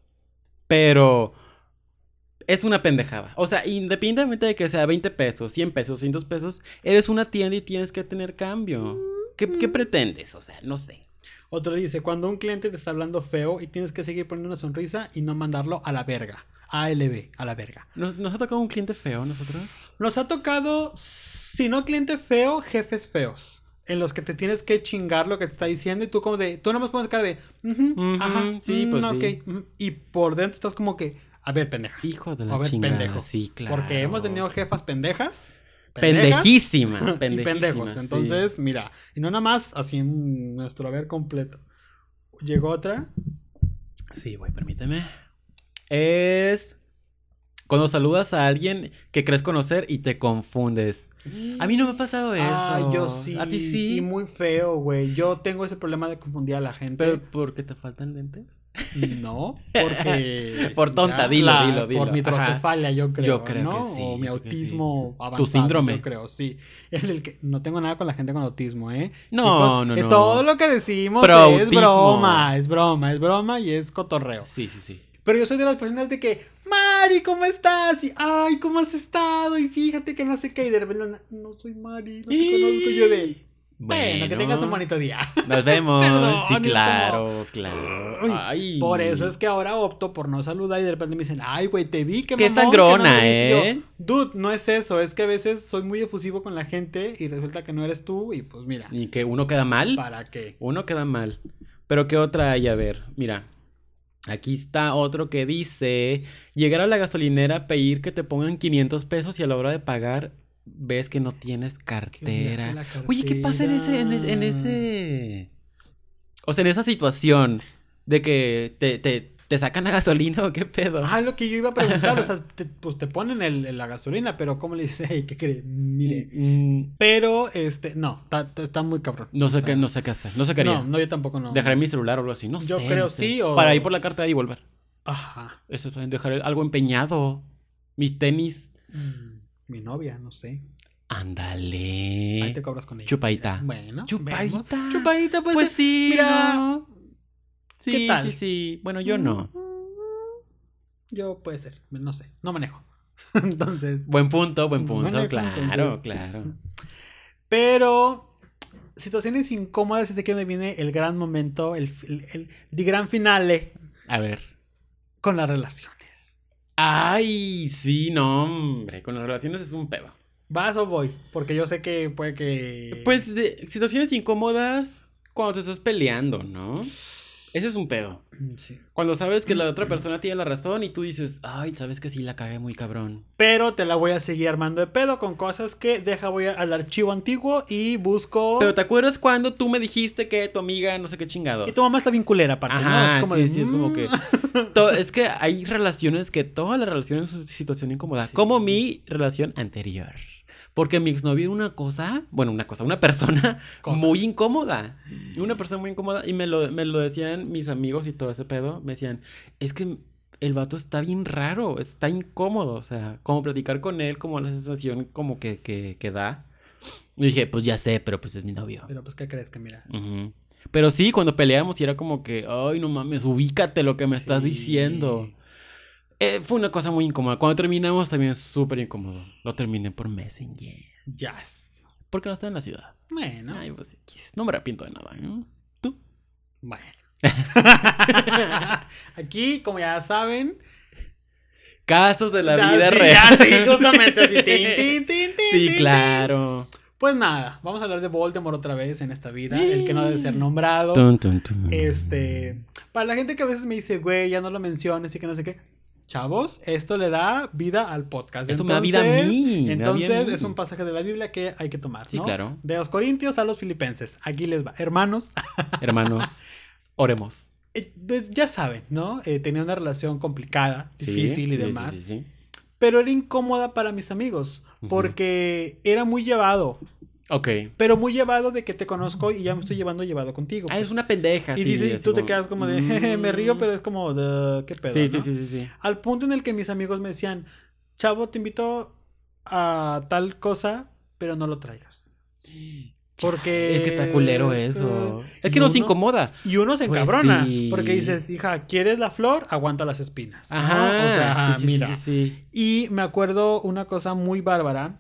Pero es una pendejada. O sea, independientemente de que sea 20 pesos, 100 pesos, 200 pesos, eres una tienda y tienes que tener cambio. ¿Qué, qué pretendes? O sea, no sé.
Otro dice, cuando un cliente te está hablando feo y tienes que seguir poniendo una sonrisa y no mandarlo a la verga. ALB, a la verga.
¿Nos, nos ha tocado un cliente feo a nosotros?
Nos ha tocado, si no cliente feo, jefes feos. En los que te tienes que chingar lo que te está diciendo y tú como de, tú nomás pones cara de, "Ujú,
Ujú,
ajá,
sí,
mm,
pues
ok,
sí.
ujú". Y por dentro estás como que, a ver, pendeja.
Hijo de
A
la
ver,
chingada.
pendejo.
Sí, claro.
Porque hemos tenido jefas pendejas. pendejas
pendejísimas.
y
pendejísimas,
pendejos.
sí.
Entonces, mira, y no nada más así en nuestro haber completo. Llegó otra.
Sí, güey, permíteme. Es. Cuando saludas a alguien que crees conocer y te confundes. A mí no me ha pasado eso.
Ah, yo sí.
A ti sí.
Y muy feo, güey. Yo tengo ese problema de confundir a la gente.
Pero ¿por qué te faltan lentes?
no, porque.
Por tonta, dilo,
la-
dilo, dilo.
Por mi trocefalia, yo creo.
Yo creo
¿no?
que sí,
O mi
yo creo que sí.
autismo avanzado.
síndrome.
Yo creo, sí. Es el que- No tengo nada con la gente con autismo, ¿eh?
No, no,
que
no.
Todo lo que decimos
Proautismo.
es broma, es broma, es broma y es cotorreo.
Sí, sí, sí.
Pero yo soy de las personas de que, Mari, ¿cómo estás? Y, ay, ¿cómo has estado? Y fíjate que no sé qué. Y de repente, no, no soy Mari, no te conozco yo de él. Bueno, que tengas un bonito día.
Nos vemos.
Perdón,
sí,
es como-
claro, claro. Ay.
Por eso es que ahora opto por no saludar y de repente me dicen, ay, güey, te vi, qué,
Qué
mamón,
sangrona,
no me viste". Y yo,
¿eh?
Dude, no es eso, es que a veces soy muy efusivo con la gente y resulta que no eres tú y pues mira,
Y que uno queda mal.
¿para qué?
Uno queda mal. Pero ¿qué otra hay? A ver, mira. Aquí está otro que dice, llegar a la gasolinera, pedir que te pongan 500 pesos y a la hora de pagar ves que no tienes
¿Qué olvidaste
cartera.
la cartera?
Oye, ¿qué pasa en ese, en ese, en ese- O sea, en esa situación de que te, te, te sacan la gasolina o qué pedo.
Ah, lo que yo iba a preguntar, o sea, te- pues te ponen el- el- la gasolina, pero ¿cómo le dices? "Ey, ¿Qué crees? Mire,
Mm,
Pero, este, no, está, está- está muy cabrón.
no sé
O sea,
qué, no sé qué hacer, no sé qué haría.
No, no, yo tampoco no.
Dejaré mi celular o algo así, no
Yo
sé,
creo
no sé.
sí, o-
Para ir por la cartera y volver.
Ajá.
Eso también, dejar algo empeñado. Mis tenis.
Mm, Mi novia, no sé. Ahí te
Ándale.
cobras con ella.
Chupaita.
Bueno. vemos.
Chupaita.
Chupaita, pues.
Pues
eh,
sí.
mira.
¿no? Sí,
¿Qué tal? Mm.
sí, sí. Bueno, yo no.
Yo puede ser, no sé, no manejo. Entonces.
Buen punto, buen punto.
Bueno,
claro,
entonces-
claro.
Pero. Situaciones incómodas es de que donde viene el gran momento, el, el, el- di gran finale
A ver.
con las relaciones.
Ay, sí, no, hombre. Con las relaciones es un pedo.
¿Vas o voy? Porque yo sé que puede que.
Pues de- situaciones incómodas cuando te estás peleando, ¿no? Eso es un pedo.
Sí.
Cuando sabes que la
Mm.
otra persona tiene la razón y tú dices, ay, sabes que sí la cagué muy cabrón.
Pero te la voy a seguir armando de pedo con cosas que deja, voy a- al archivo antiguo y busco.
Pero ¿te acuerdas cuando tú me dijiste que tu amiga no sé qué chingados?
Y tu mamá está bien culera, aparte. ¿no?
Ajá, sí,
de,
sí, es como que...
"Mm".
to- es que hay relaciones que todas las relaciones son situación incómoda,
Sí.
como mi relación anterior. Porque mi exnovio era una cosa, bueno, una cosa, una persona
Cosa.
muy incómoda. Una persona muy incómoda y me lo, me lo decían mis amigos y todo ese pedo. Me decían, es que el vato está bien raro, está incómodo. O sea, como platicar con él, como la sensación como que, que, que da. Y dije, pues ya sé, pero pues es mi novio.
Pero pues, ¿qué crees que mira?
Ujú. Pero sí, cuando peleamos y era como que, ay, no mames, ubícate lo que me estás
Sí.
diciendo. Eh, fue una cosa muy incómoda. Cuando terminamos también súper incómodo. Lo terminé por Messenger.
Jazz.
Porque no estaba en la ciudad.
Bueno,
Ay, pues X. No me arrepiento de nada. ¿no? ¿Tú?
bueno. Aquí, como ya saben,
Casos de la vida
Ah, sí,
real.
ya, sí, justamente así, tin, tin, tin, tin, tin,
Sí,
tin.
claro.
Pues nada, vamos a hablar de Voldemort otra vez en esta vida, el que no debe ser nombrado.
Tun, tun, tun.
Este, para la gente que a veces me dice, güey, ya no lo menciones y que no sé qué. Chavos, esto le da vida al podcast.
Esto me da vida a mí, me da vida a
Entonces,
mí.
es un pasaje de la Biblia que hay que tomar.
Sí,
¿no?
claro.
De los Corintios a los Filipenses. Aquí les va. Hermanos,
Hermanos, oremos.
eh, pues ya saben, ¿no? Eh, tenía una relación complicada,
Sí,
difícil y
sí, sí,
demás.
sí, sí.
Pero era incómoda para mis amigos.
Ujú.
Porque era muy llevado.
Ok.
Pero muy llevado de que te conozco y ya me estoy llevando llevado contigo.
Ah,
pues.
es una pendeja.
Y
sí,
dices-
así "Mm,
tú te quedas como de, "Jeje, me río, pero es como de, qué pedo.
Sí, sí,
¿no?
sí, sí, sí.
Al punto en el que mis amigos me decían, chavo, te invito a tal cosa, pero no lo traigas. Porque...
Es que está culero eso.
Eh,
es
y
que nos
uno-
incomoda.
Y uno se
Pues
encabrona,
sí.
porque dices, hija, ¿quieres la flor? Aguanta las espinas. ¿no?
Ajá.
O sea,
sí, sí,
mira.
sí, sí.
Y me acuerdo una cosa muy bárbara,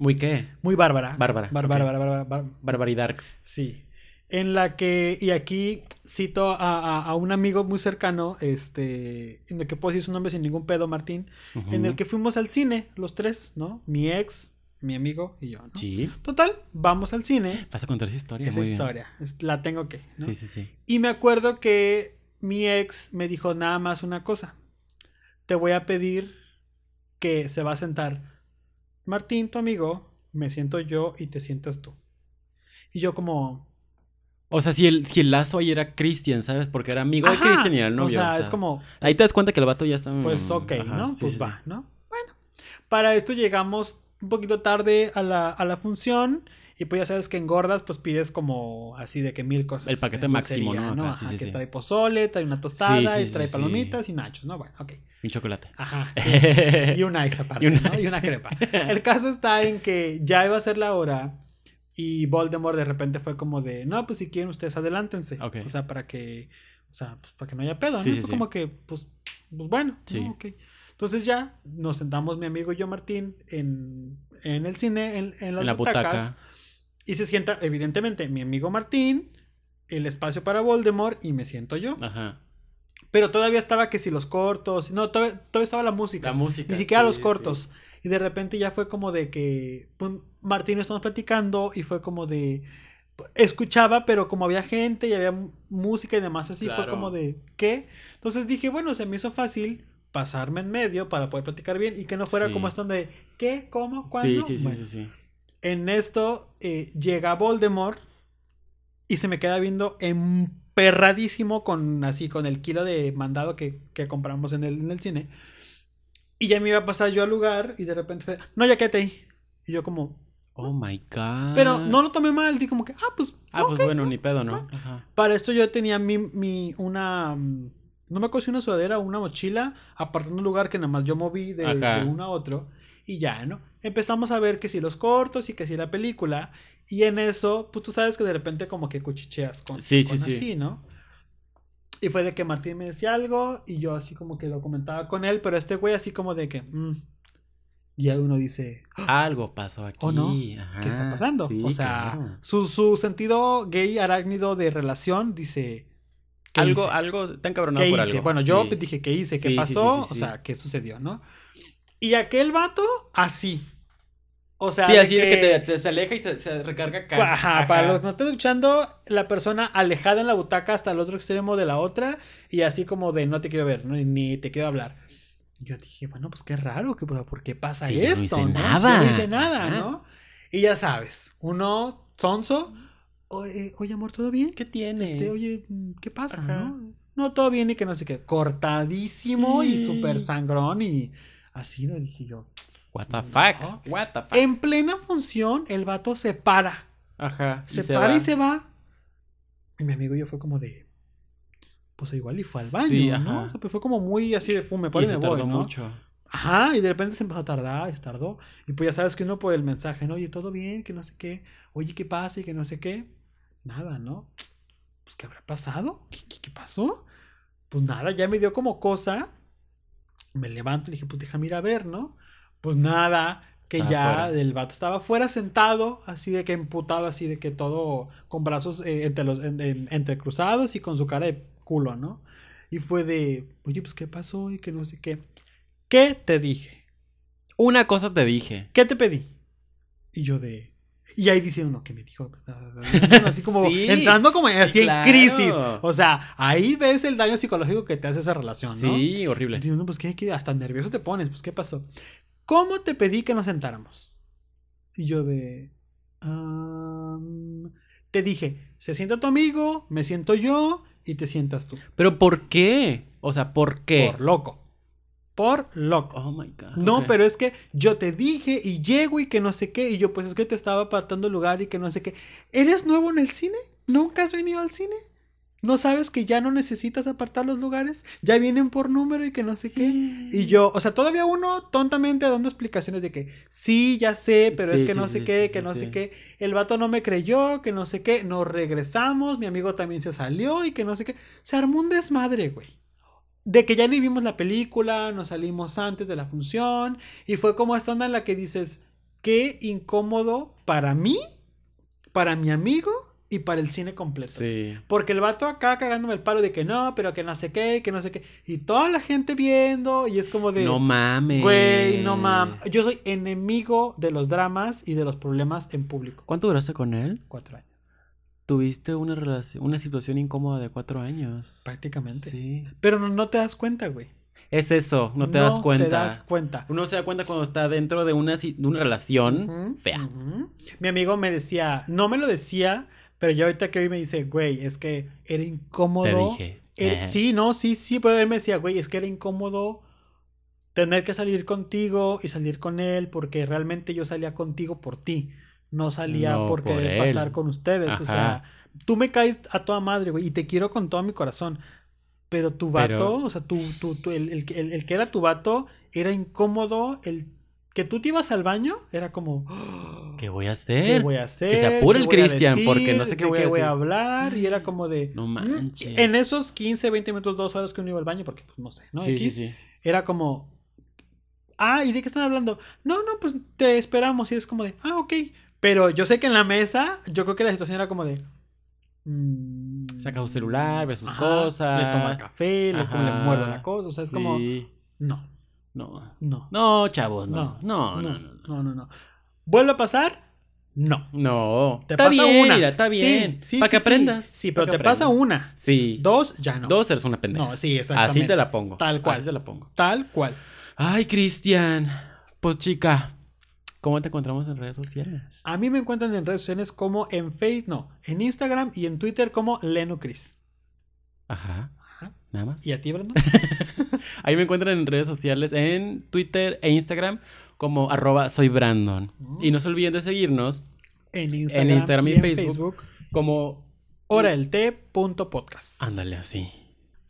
¿Muy qué?
muy bárbara.
Bárbara,
Bar-
ok.
Bárbara, bárbara, bárbara.
Barbaridarks.
Sí. En la que, y aquí cito a, a- a un amigo muy cercano, este, en el que puedo decir su nombre sin ningún pedo, Martín,
Ujú.
en el que fuimos al cine, los tres, ¿no? Mi ex, mi amigo y yo, ¿no?
Sí.
Total, vamos al cine.
Vas a contar esa historia.
Esa
muy bien.
historia, es- la tengo que, ¿no?
Sí, sí, sí.
Y me acuerdo que mi ex me dijo nada más una cosa. Te voy a pedir que se va a sentar Martín, tu amigo, me siento yo y te sientas tú. Y yo como,
O sea, si el, si el lazo ahí era Christian, ¿sabes? Porque era amigo de
Ajá.
Christian y era el novio.
O sea, es como,
Ahí te das cuenta que el vato ya está...
pues
mm,
ok,
ajá,
¿no?
sí,
pues
sí,
va, ¿no? Bueno, para esto llegamos un poquito tarde a la, a la función y pues ya sabes que engordas, pues pides como así de que mil cosas.
El paquete
en
máximo,
dulcería,
¿no? Acá,
Ajá,
sí, sí,
que
sí.
trae pozole, trae una tostada,
Sí,
y
sí,
trae
sí, sí.
palomitas y nachos, ¿no? Bueno, ok.
Y chocolate.
Ajá. sí. Y una ex aparte,
Y una
¿no? Y
ex.
una crepa. El caso está en que ya iba a ser la hora y Voldemort de repente fue como de, no, pues si quieren ustedes adelántense.
Ok.
O sea, para que, o sea, pues, para que no haya pedo, ¿no?
Sí, sí,
Fue
sí.
como que, pues, pues bueno. ¿no?
Sí.
Ok. Entonces ya nos sentamos mi amigo y yo, Martín, en, en el cine, en, en las
en la
butacas.
butaca.
Y se sienta, evidentemente, mi amigo Martín, el espacio para Voldemort y me siento yo.
Ajá.
Pero todavía estaba que si los cortos, no, todavía, todavía estaba la música.
La música.
Ni siquiera
sí,
los
sí.
cortos. Y de repente ya fue como de que pum, Martín y yo estamos platicando y fue como de escuchaba, pero como había gente y había mu- música y demás así, fue
Claro.
como de ¿qué? Entonces dije, bueno, se me hizo fácil pasarme en medio para poder platicar bien y que no fuera
Sí.
como esto de ¿qué? ¿Cómo? ¿Cuándo?
Sí, sí, sí,
Bueno,
sí, sí.
En esto eh, llega Voldemort y se me queda viendo emperradísimo con así, con el kilo de mandado que, que compramos en el, en el cine. Y ya me iba a pasar yo al lugar y de repente fue, no, ya quédate ahí. Y yo como,
Oh my god.
pero no lo tomé mal, di como que, ah, pues,
Ah,
ok".
pues bueno, ni pedo, ¿no? Ajá.
Para esto yo tenía mi, mi, una, mm, no me acuerdo si una sudadera o una mochila, apartando un lugar que nada más yo moví de,
Ajá.
de uno a otro. Y ya, ¿no? Empezamos a ver que si los cortos y que si la película. Y en eso, pues tú sabes que de repente como que cuchicheas con,
Sí,
con
sí, sí.
así, ¿no? Y fue de que Martín me decía algo y yo así como que lo comentaba con él, pero este güey así como de que... mm. Y ya uno dice,
Algo pasó aquí.
¿O no?
Ajá.
¿qué está pasando?
Ah, Sí,
o sea,
claro.
su, su sentido gay arácnido de relación dice... ¿qué
Algo,
hice?
algo, tan cabronado
¿Qué
por
hice?
algo.
Bueno, yo
Sí.
dije qué hice, qué
Sí, sí, sí,
pasó,
sí, sí.
o sea, qué sucedió, ¿no? Y aquel vato, así. O sea,
Sí,
de
así es que te, te- se aleja y se, se recarga acá.
Ajá,
Ajá.
para los que no estén escuchando, la persona alejada en la butaca hasta el otro extremo de la otra y así como de no te quiero ver, ¿no? ni te quiero hablar. Yo dije, bueno, pues qué raro, que, ¿por qué pasa
Sí, yo no
esto?
hice
no
nada.
Yo no hice nada,
Ajá.
¿no? Y ya sabes, uno sonso, oye, oye, amor, ¿todo bien?
¿Qué tienes?
Este, oye, mm, ¿qué pasa,
Ajá.
no? No, todo bien y que no sé qué. Cortadísimo y
Sí.
súper sangrón y así lo dije yo.
What the
No.
fuck? What the fuck?
En plena función, el vato se para.
Ajá.
Se,
y
para
va.
y se va. Y mi amigo y yo fue como de... Pues igual y fue al baño,
Sí,
¿no?
ajá.
O sea, pues fue como muy así de fume, por
Y
ahí me
se
voy,
tardó
¿no?
mucho.
Ajá, y de repente se empezó a tardar, y se tardó. Y pues ya sabes que uno por el mensaje, ¿no? Oye, todo bien, que no sé qué. Oye, ¿qué pasa? Y que no sé qué. Nada, ¿no? Pues, ¿qué habrá pasado? ¿Qué, qué- qué pasó? Pues nada, ya me dio como cosa. Me levanto y dije, pues déjame ir a ver, ¿no? Pues nada, que
Estaba
ya
fuera.
el vato estaba fuera sentado, así de que emputado, así de que todo con brazos eh, entre los, en- en- entrecruzados y con su cara de culo, ¿no? Y fue de, oye, pues qué pasó y que no sé qué. ¿Qué te dije?
Una cosa te dije.
¿Qué te pedí? Y yo de... Y ahí dice uno que me dijo... Así como
Sí,
entrando como así
claro.
en crisis. O sea, ahí ves el daño psicológico que te hace esa relación, ¿no?
Sí, horrible.
Digo, no, pues ¿qué, qué? hasta nervioso te pones, pues ¿qué pasó? ¿Cómo te pedí que nos sentáramos? Y yo de... "Am, te dije, se sienta tu amigo, me siento yo y te sientas tú.
Pero ¿por qué? O sea, ¿por qué?
Por loco. Por loco.
Oh my god.
No,
Ok.
pero es que yo te dije y llego y que no sé qué. Y yo, pues es que te estaba apartando el lugar y que no sé qué. ¿Eres nuevo en el cine? ¿Nunca has venido al cine? ¿No sabes que ya no necesitas apartar los lugares? Ya vienen por número y que no sé qué. Y yo, o sea, todavía uno tontamente dando explicaciones de que sí, ya sé, pero
Sí,
es que
sí,
no sé
sí,
qué,
sí,
que
sí,
no sé
sí.
qué. El vato no me creyó, que no sé qué. Nos regresamos, mi amigo también se salió y que no sé qué. Se armó un desmadre, güey. De que ya ni vimos la película, nos salimos antes de la función. Y fue como esta onda en la que dices, qué incómodo para mí, para mi amigo y para el cine completo.
Sí.
Porque el vato acá cagándome el palo de que no, pero que no sé qué, que no sé qué. Y toda la gente viendo y es como de...
No mames.
Güey, no mames. Yo soy enemigo de los dramas y de los problemas en público.
¿Cuánto duraste con él?
Cuatro años.
Tuviste una relación, una situación incómoda de cuatro años.
Prácticamente.
Sí.
Pero no, no te das cuenta, güey.
Es eso, no te das cuenta.
te das cuenta.
Uno se da cuenta cuando está dentro de una, si- de una relación
Ujú,
fea.
ujú. Mi amigo me decía, no me lo decía, Pero ya ahorita que hoy me dice, güey, es que era incómodo.
Te dije. "Eh,
Era-
Ajá.
Eh, sí, no, sí, sí, pero él me decía, güey, es que era incómodo tener que salir contigo y salir con él porque realmente yo salía contigo por ti. No salía
No,
porque
por
para
él.
estar con ustedes. O sea,
Ajá.
tú me caes a toda madre, güey, y te quiero con todo mi corazón. Pero tu vato,
Pero-
o sea, tu, tu, tu- el, el- el- el que era tu vato era incómodo. El que tú te ibas al baño era como, "Ah,
¿Qué voy a
¿qué
hacer?
voy a hacer?
apure
¿Qué
el
voy a
Cristian, porque no sé
decir?
qué
¿De
voy a
voy a
decir".
hablar. Y era como de,
No
"Mm".
manches.
En esos 15, 20 minutos, dos horas que uno iba al baño, porque pues no sé, ¿no?
sí, sí,
X,
sí.
Era como, ah, ¿y de qué están hablando? No, no, pues te esperamos. Y es como de, ah, ok. Pero yo sé que en la mesa, yo creo que la situación era como de. mm,
Saca su celular, ve sus
ajá,
cosas.
Le toma el café, le, como le
Ajá,
muerdo la cosa. O sea, es como,
sí.
no,
No.
no,
No, chavos, no. No, no,
no,
no. no.
no, no, no. ¿Vuelve a pasar? No.
No.
Te
está
pasa
bien,
una.
mira, está
Sí,
bien.
sí,
Para
sí,
que
sí.
aprendas.
Sí,
pa'
pero
que
te pasa
aprendas.
una.
Sí.
Dos, ya no.
Dos eres una pendeja.
No, sí, exactamente.
Así te la pongo.
Tal cual.
Así te la pongo.
Tal cual.
Ay, Cristian. Pues chica, ¿cómo te encontramos en redes sociales?
A mí me encuentran en redes sociales como en Facebook, no, en Instagram y en Twitter como Lenucris.
Ajá.
Ajá.
Nada más.
¿Y a ti, Brandon?
Ahí me encuentran en redes sociales, en Twitter e Instagram, como arroba soy Brandon.
Mm.
Y no se olviden de seguirnos
En Instagram,
En Instagram y
en
Facebook. como...
Oralt.podcast.
Ándale, así.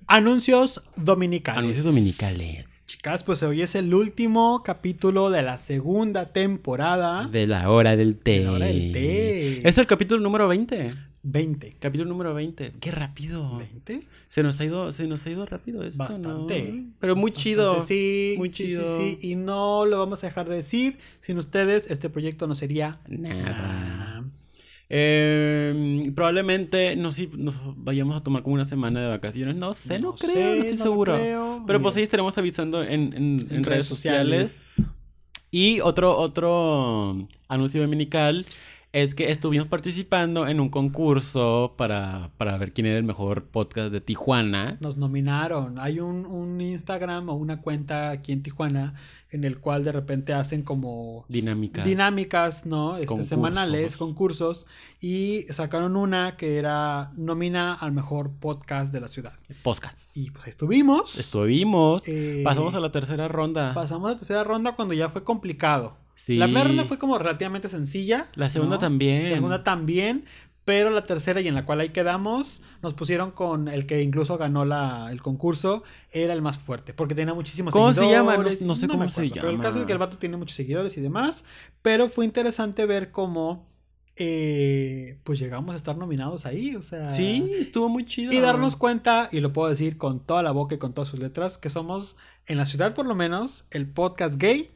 Anuncios dominicales.
Anuncios dominicales.
Chicas, pues hoy es el último capítulo de la segunda temporada.
De la hora del té.
Ah. De la hora del té.
Es el capítulo número 20.
20.
Capítulo número 20. Qué rápido.
¿20?
Se nos ha ido, se nos ha ido rápido esto, ¿no?
Bastante.
Pero muy chido.
Bastante, Sí,
Muy
sí, sí,
chido.
Sí, Y no lo vamos a dejar de decir. Sin ustedes, este proyecto no sería
Nada.
nada.
Eh, probablemente no sé si nos vayamos a tomar como una semana de vacaciones. No sé, no, creo, no estoy
lo
seguro.
creo.
Pero pues ahí
Mira,
estaremos avisando en, en- en redes sociales. Y otro, otro mm, anuncio dominical es que estuvimos participando en un concurso para, para ver quién era el mejor podcast de Tijuana.
Nos nominaron. Hay un, un Instagram o una cuenta aquí en Tijuana en el cual de repente hacen como
Dinámica.
dinámicas, ¿no? Este,
Concursos.
semanales, concursos. Y sacaron una que era nomina al mejor podcast de la ciudad.
podcast.
Y pues ahí estuvimos.
Estuvimos.
Eh,
Pasamos a la tercera ronda.
pasamos a la tercera ronda cuando ya fue complicado.
Sí.
La primera ronda fue como relativamente sencilla.
La segunda
¿no?
también.
La segunda también, pero la tercera y en la cual ahí quedamos, nos pusieron con el que incluso ganó la, el concurso, era el más fuerte, porque tenía muchísimos
¿Cómo se
seguidores.
llama? No- no sé
me
cómo se
Pero el
llama.
caso es que el vato tiene muchos seguidores y demás, pero fue interesante ver cómo eh, pues llegamos a estar nominados ahí, o sea...
Sí, estuvo muy chido.
Ah. Y darnos cuenta, y lo puedo decir con toda la boca y con todas sus letras, que somos, en la ciudad por lo menos, el podcast gay.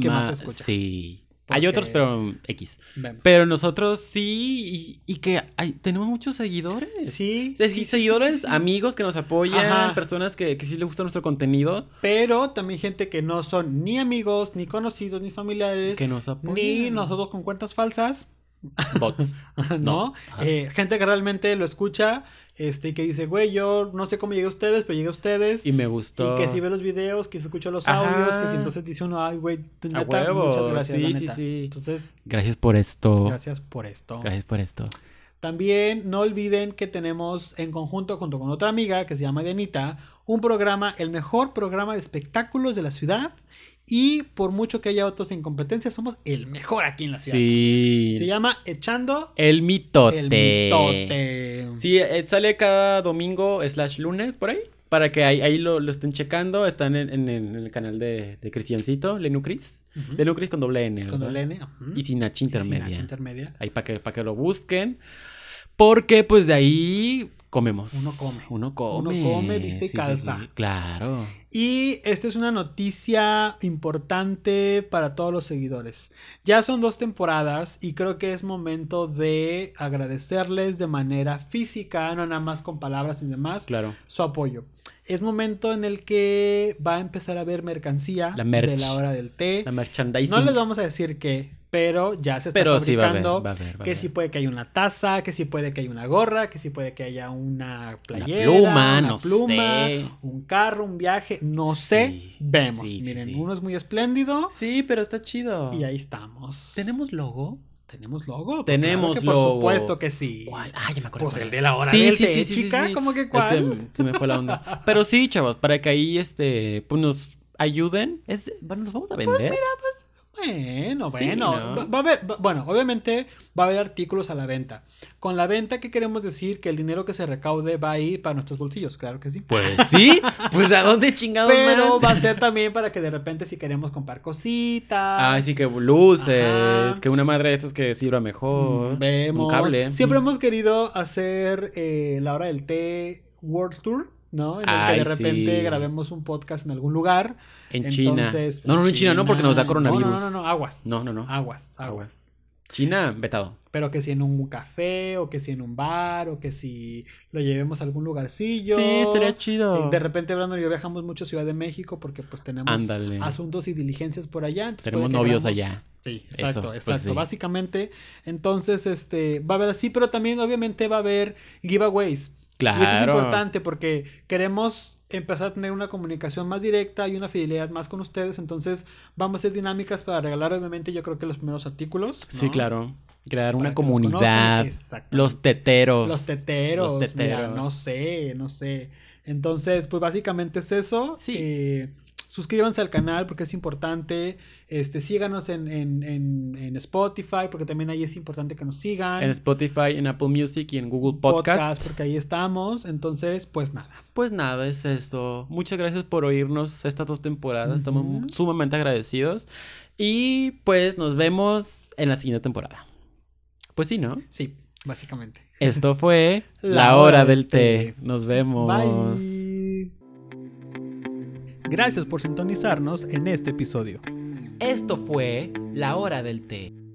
qué más se escucha.
Sí.
Porque-
Hay otros, pero X.
Vemos.
Pero nosotros sí, y, y que hay- tenemos muchos seguidores.
Sí,
Pues, Se-
sí, sí, sí,
seguidores,
sí.
amigos que nos apoyan,
Ajá.
personas que, que sí les gusta nuestro contenido,
Pero también gente que no son ni amigos, ni conocidos, ni familiares,
que nos apoyan.
ni nosotros con cuentas falsas,
Bots.
¿no?
No, ajá.
Eh, gente que realmente lo escucha este, y que dice, güey, yo no sé cómo llegué a ustedes, pero llegué a ustedes.
Y
Y,
me gustó.
que si ve los videos, que si escucha los
Ajá.
audios, que si entonces dice uno, ay, güey,
A
neta,
huevo.
muchas gracias, la
sí, sí, Oh.
neta".
sí.
Entonces,
Gracias por esto. Gracias,
gracias por esto.
por esto.
También no olviden que tenemos en conjunto, junto con otra amiga que se llama Dianita, un programa, el mejor programa de espectáculos de la ciudad. Y por mucho que haya otros en competencia, somos el mejor aquí en la ciudad.
Sí.
Se llama Echando
El mitote.
el Mitote.
Sí, eh, sale cada domingo slash lunes por ahí. Para que ahí, ahí lo, lo estén checando. Están en, en- en el canal de, de Cristiancito, Lenucris.
Ujú.
Lenucris con doble N.
Con
¿verdad?
doble N. ujú.
Y sin H
Y sin H
intermedia.
intermedia.
Ahí para que, pa' que lo busquen. Porque pues de ahí comemos.
Uno come.
Uno come.
Uno come, viste, y calza.
Claro.
Y esta es una noticia importante para todos los seguidores. Ya son dos temporadas y creo que es momento de agradecerles de manera física, no nada más con palabras y demás,
Claro.
su apoyo. Es momento en el que va a empezar a haber mercancía
La merch.
de la hora del té.
La merchandising.
No les vamos a decir qué, pero ya se está
Pero sí va a haber.
fabricando.
va a haber, va a
que
haber.
sí puede que haya una taza, que sí puede que haya una gorra, que sí puede que haya una
Una
playera,
pluma,
una
no
pluma,
sé.
un carro, un viaje, no sé,
Sí,
vemos.
sí, sí,
Miren,
sí.
uno es muy espléndido
Sí, pero está chido.
y ahí estamos.
¿Tenemos logo?
¿Tenemos logo? Pues
Tenemos
que
logo.
Por supuesto que sí.
¿Cuál? Ah, ya me acuerdo.
Pues
cuál.
el de la hora
Sí,
del
sí,
té,
sí, sí, sí,
chica,
sí.
¿cómo que
Es
cuál?
que se me fue la onda. Pero sí, chavos, para que ahí este, pues nos ayuden. Es, bueno, nos vamos a
Pues
vender.
Bueno,
Sí,
bueno.
¿no?
Va- va a haber- va- bueno, obviamente va a haber artículos a la venta. Con la venta, ¿qué queremos decir? Que el dinero que se recaude va a ir para nuestros bolsillos, claro que sí.
Pues sí, pues a dónde chingados
Pero
más?
va a ser también para que de repente si queremos comprar cositas.
Ah, sí, que luces,
Ajá.
que una madre de estas que sirva mejor.
mm, Vemos.
Un cable.
Siempre
Mm.
hemos querido hacer eh, la hora del té World Tour, ¿no? En el
Ay,
que de repente
sí.
grabemos un podcast en algún lugar.
En China.
Entonces,
No, no, no, en China no, porque nos da coronavirus.
No, Ah. no, no, no, aguas.
No, no, no.
Aguas, aguas.
Aguas. China, vetado.
Pero que si en un café, o que si en un bar, o que si lo llevemos a algún lugarcillo.
chido.
Eh, De repente, Brandon y yo viajamos mucho a Ciudad de México porque pues tenemos
Ándale.
asuntos y diligencias por allá. entonces
Tenemos
puede que
novios
hagamos-
allá.
Sí,
Eso,
exacto,
pues,
exacto.
sí.
Básicamente, entonces, este, va a haber así, pero también obviamente va a haber giveaways.
Claro.
Y eso es importante porque queremos empezar a tener una comunicación más directa y una fidelidad más con ustedes. Entonces, vamos a hacer dinámicas para regalar, obviamente, yo creo que los primeros artículos. ¿no?
Sí, claro. Crear
Para
una
que los conozcan.
comunidad.
Exactamente.
Los teteros.
Los teteros.
Los
mira,
teteros.
no sé, no sé. Entonces, pues básicamente es eso.
Sí.
Eh, suscríbanse al canal porque es importante. Este, síganos en, en- en- en Spotify porque también ahí es importante que nos sigan.
En Spotify, en Apple Music y en Google Podcast.
porque ahí estamos. Entonces, pues nada.
Pues nada, es eso. Muchas gracias por oírnos estas dos temporadas. Estamos
Ujú.
mu- sumamente agradecidos. Y pues nos vemos en la siguiente temporada. Pues sí, ¿no?
Sí, básicamente.
Esto fue La Hora del Té. Nos vemos.
Bye. Gracias por sintonizarnos en este episodio.
Esto fue La Hora del Té.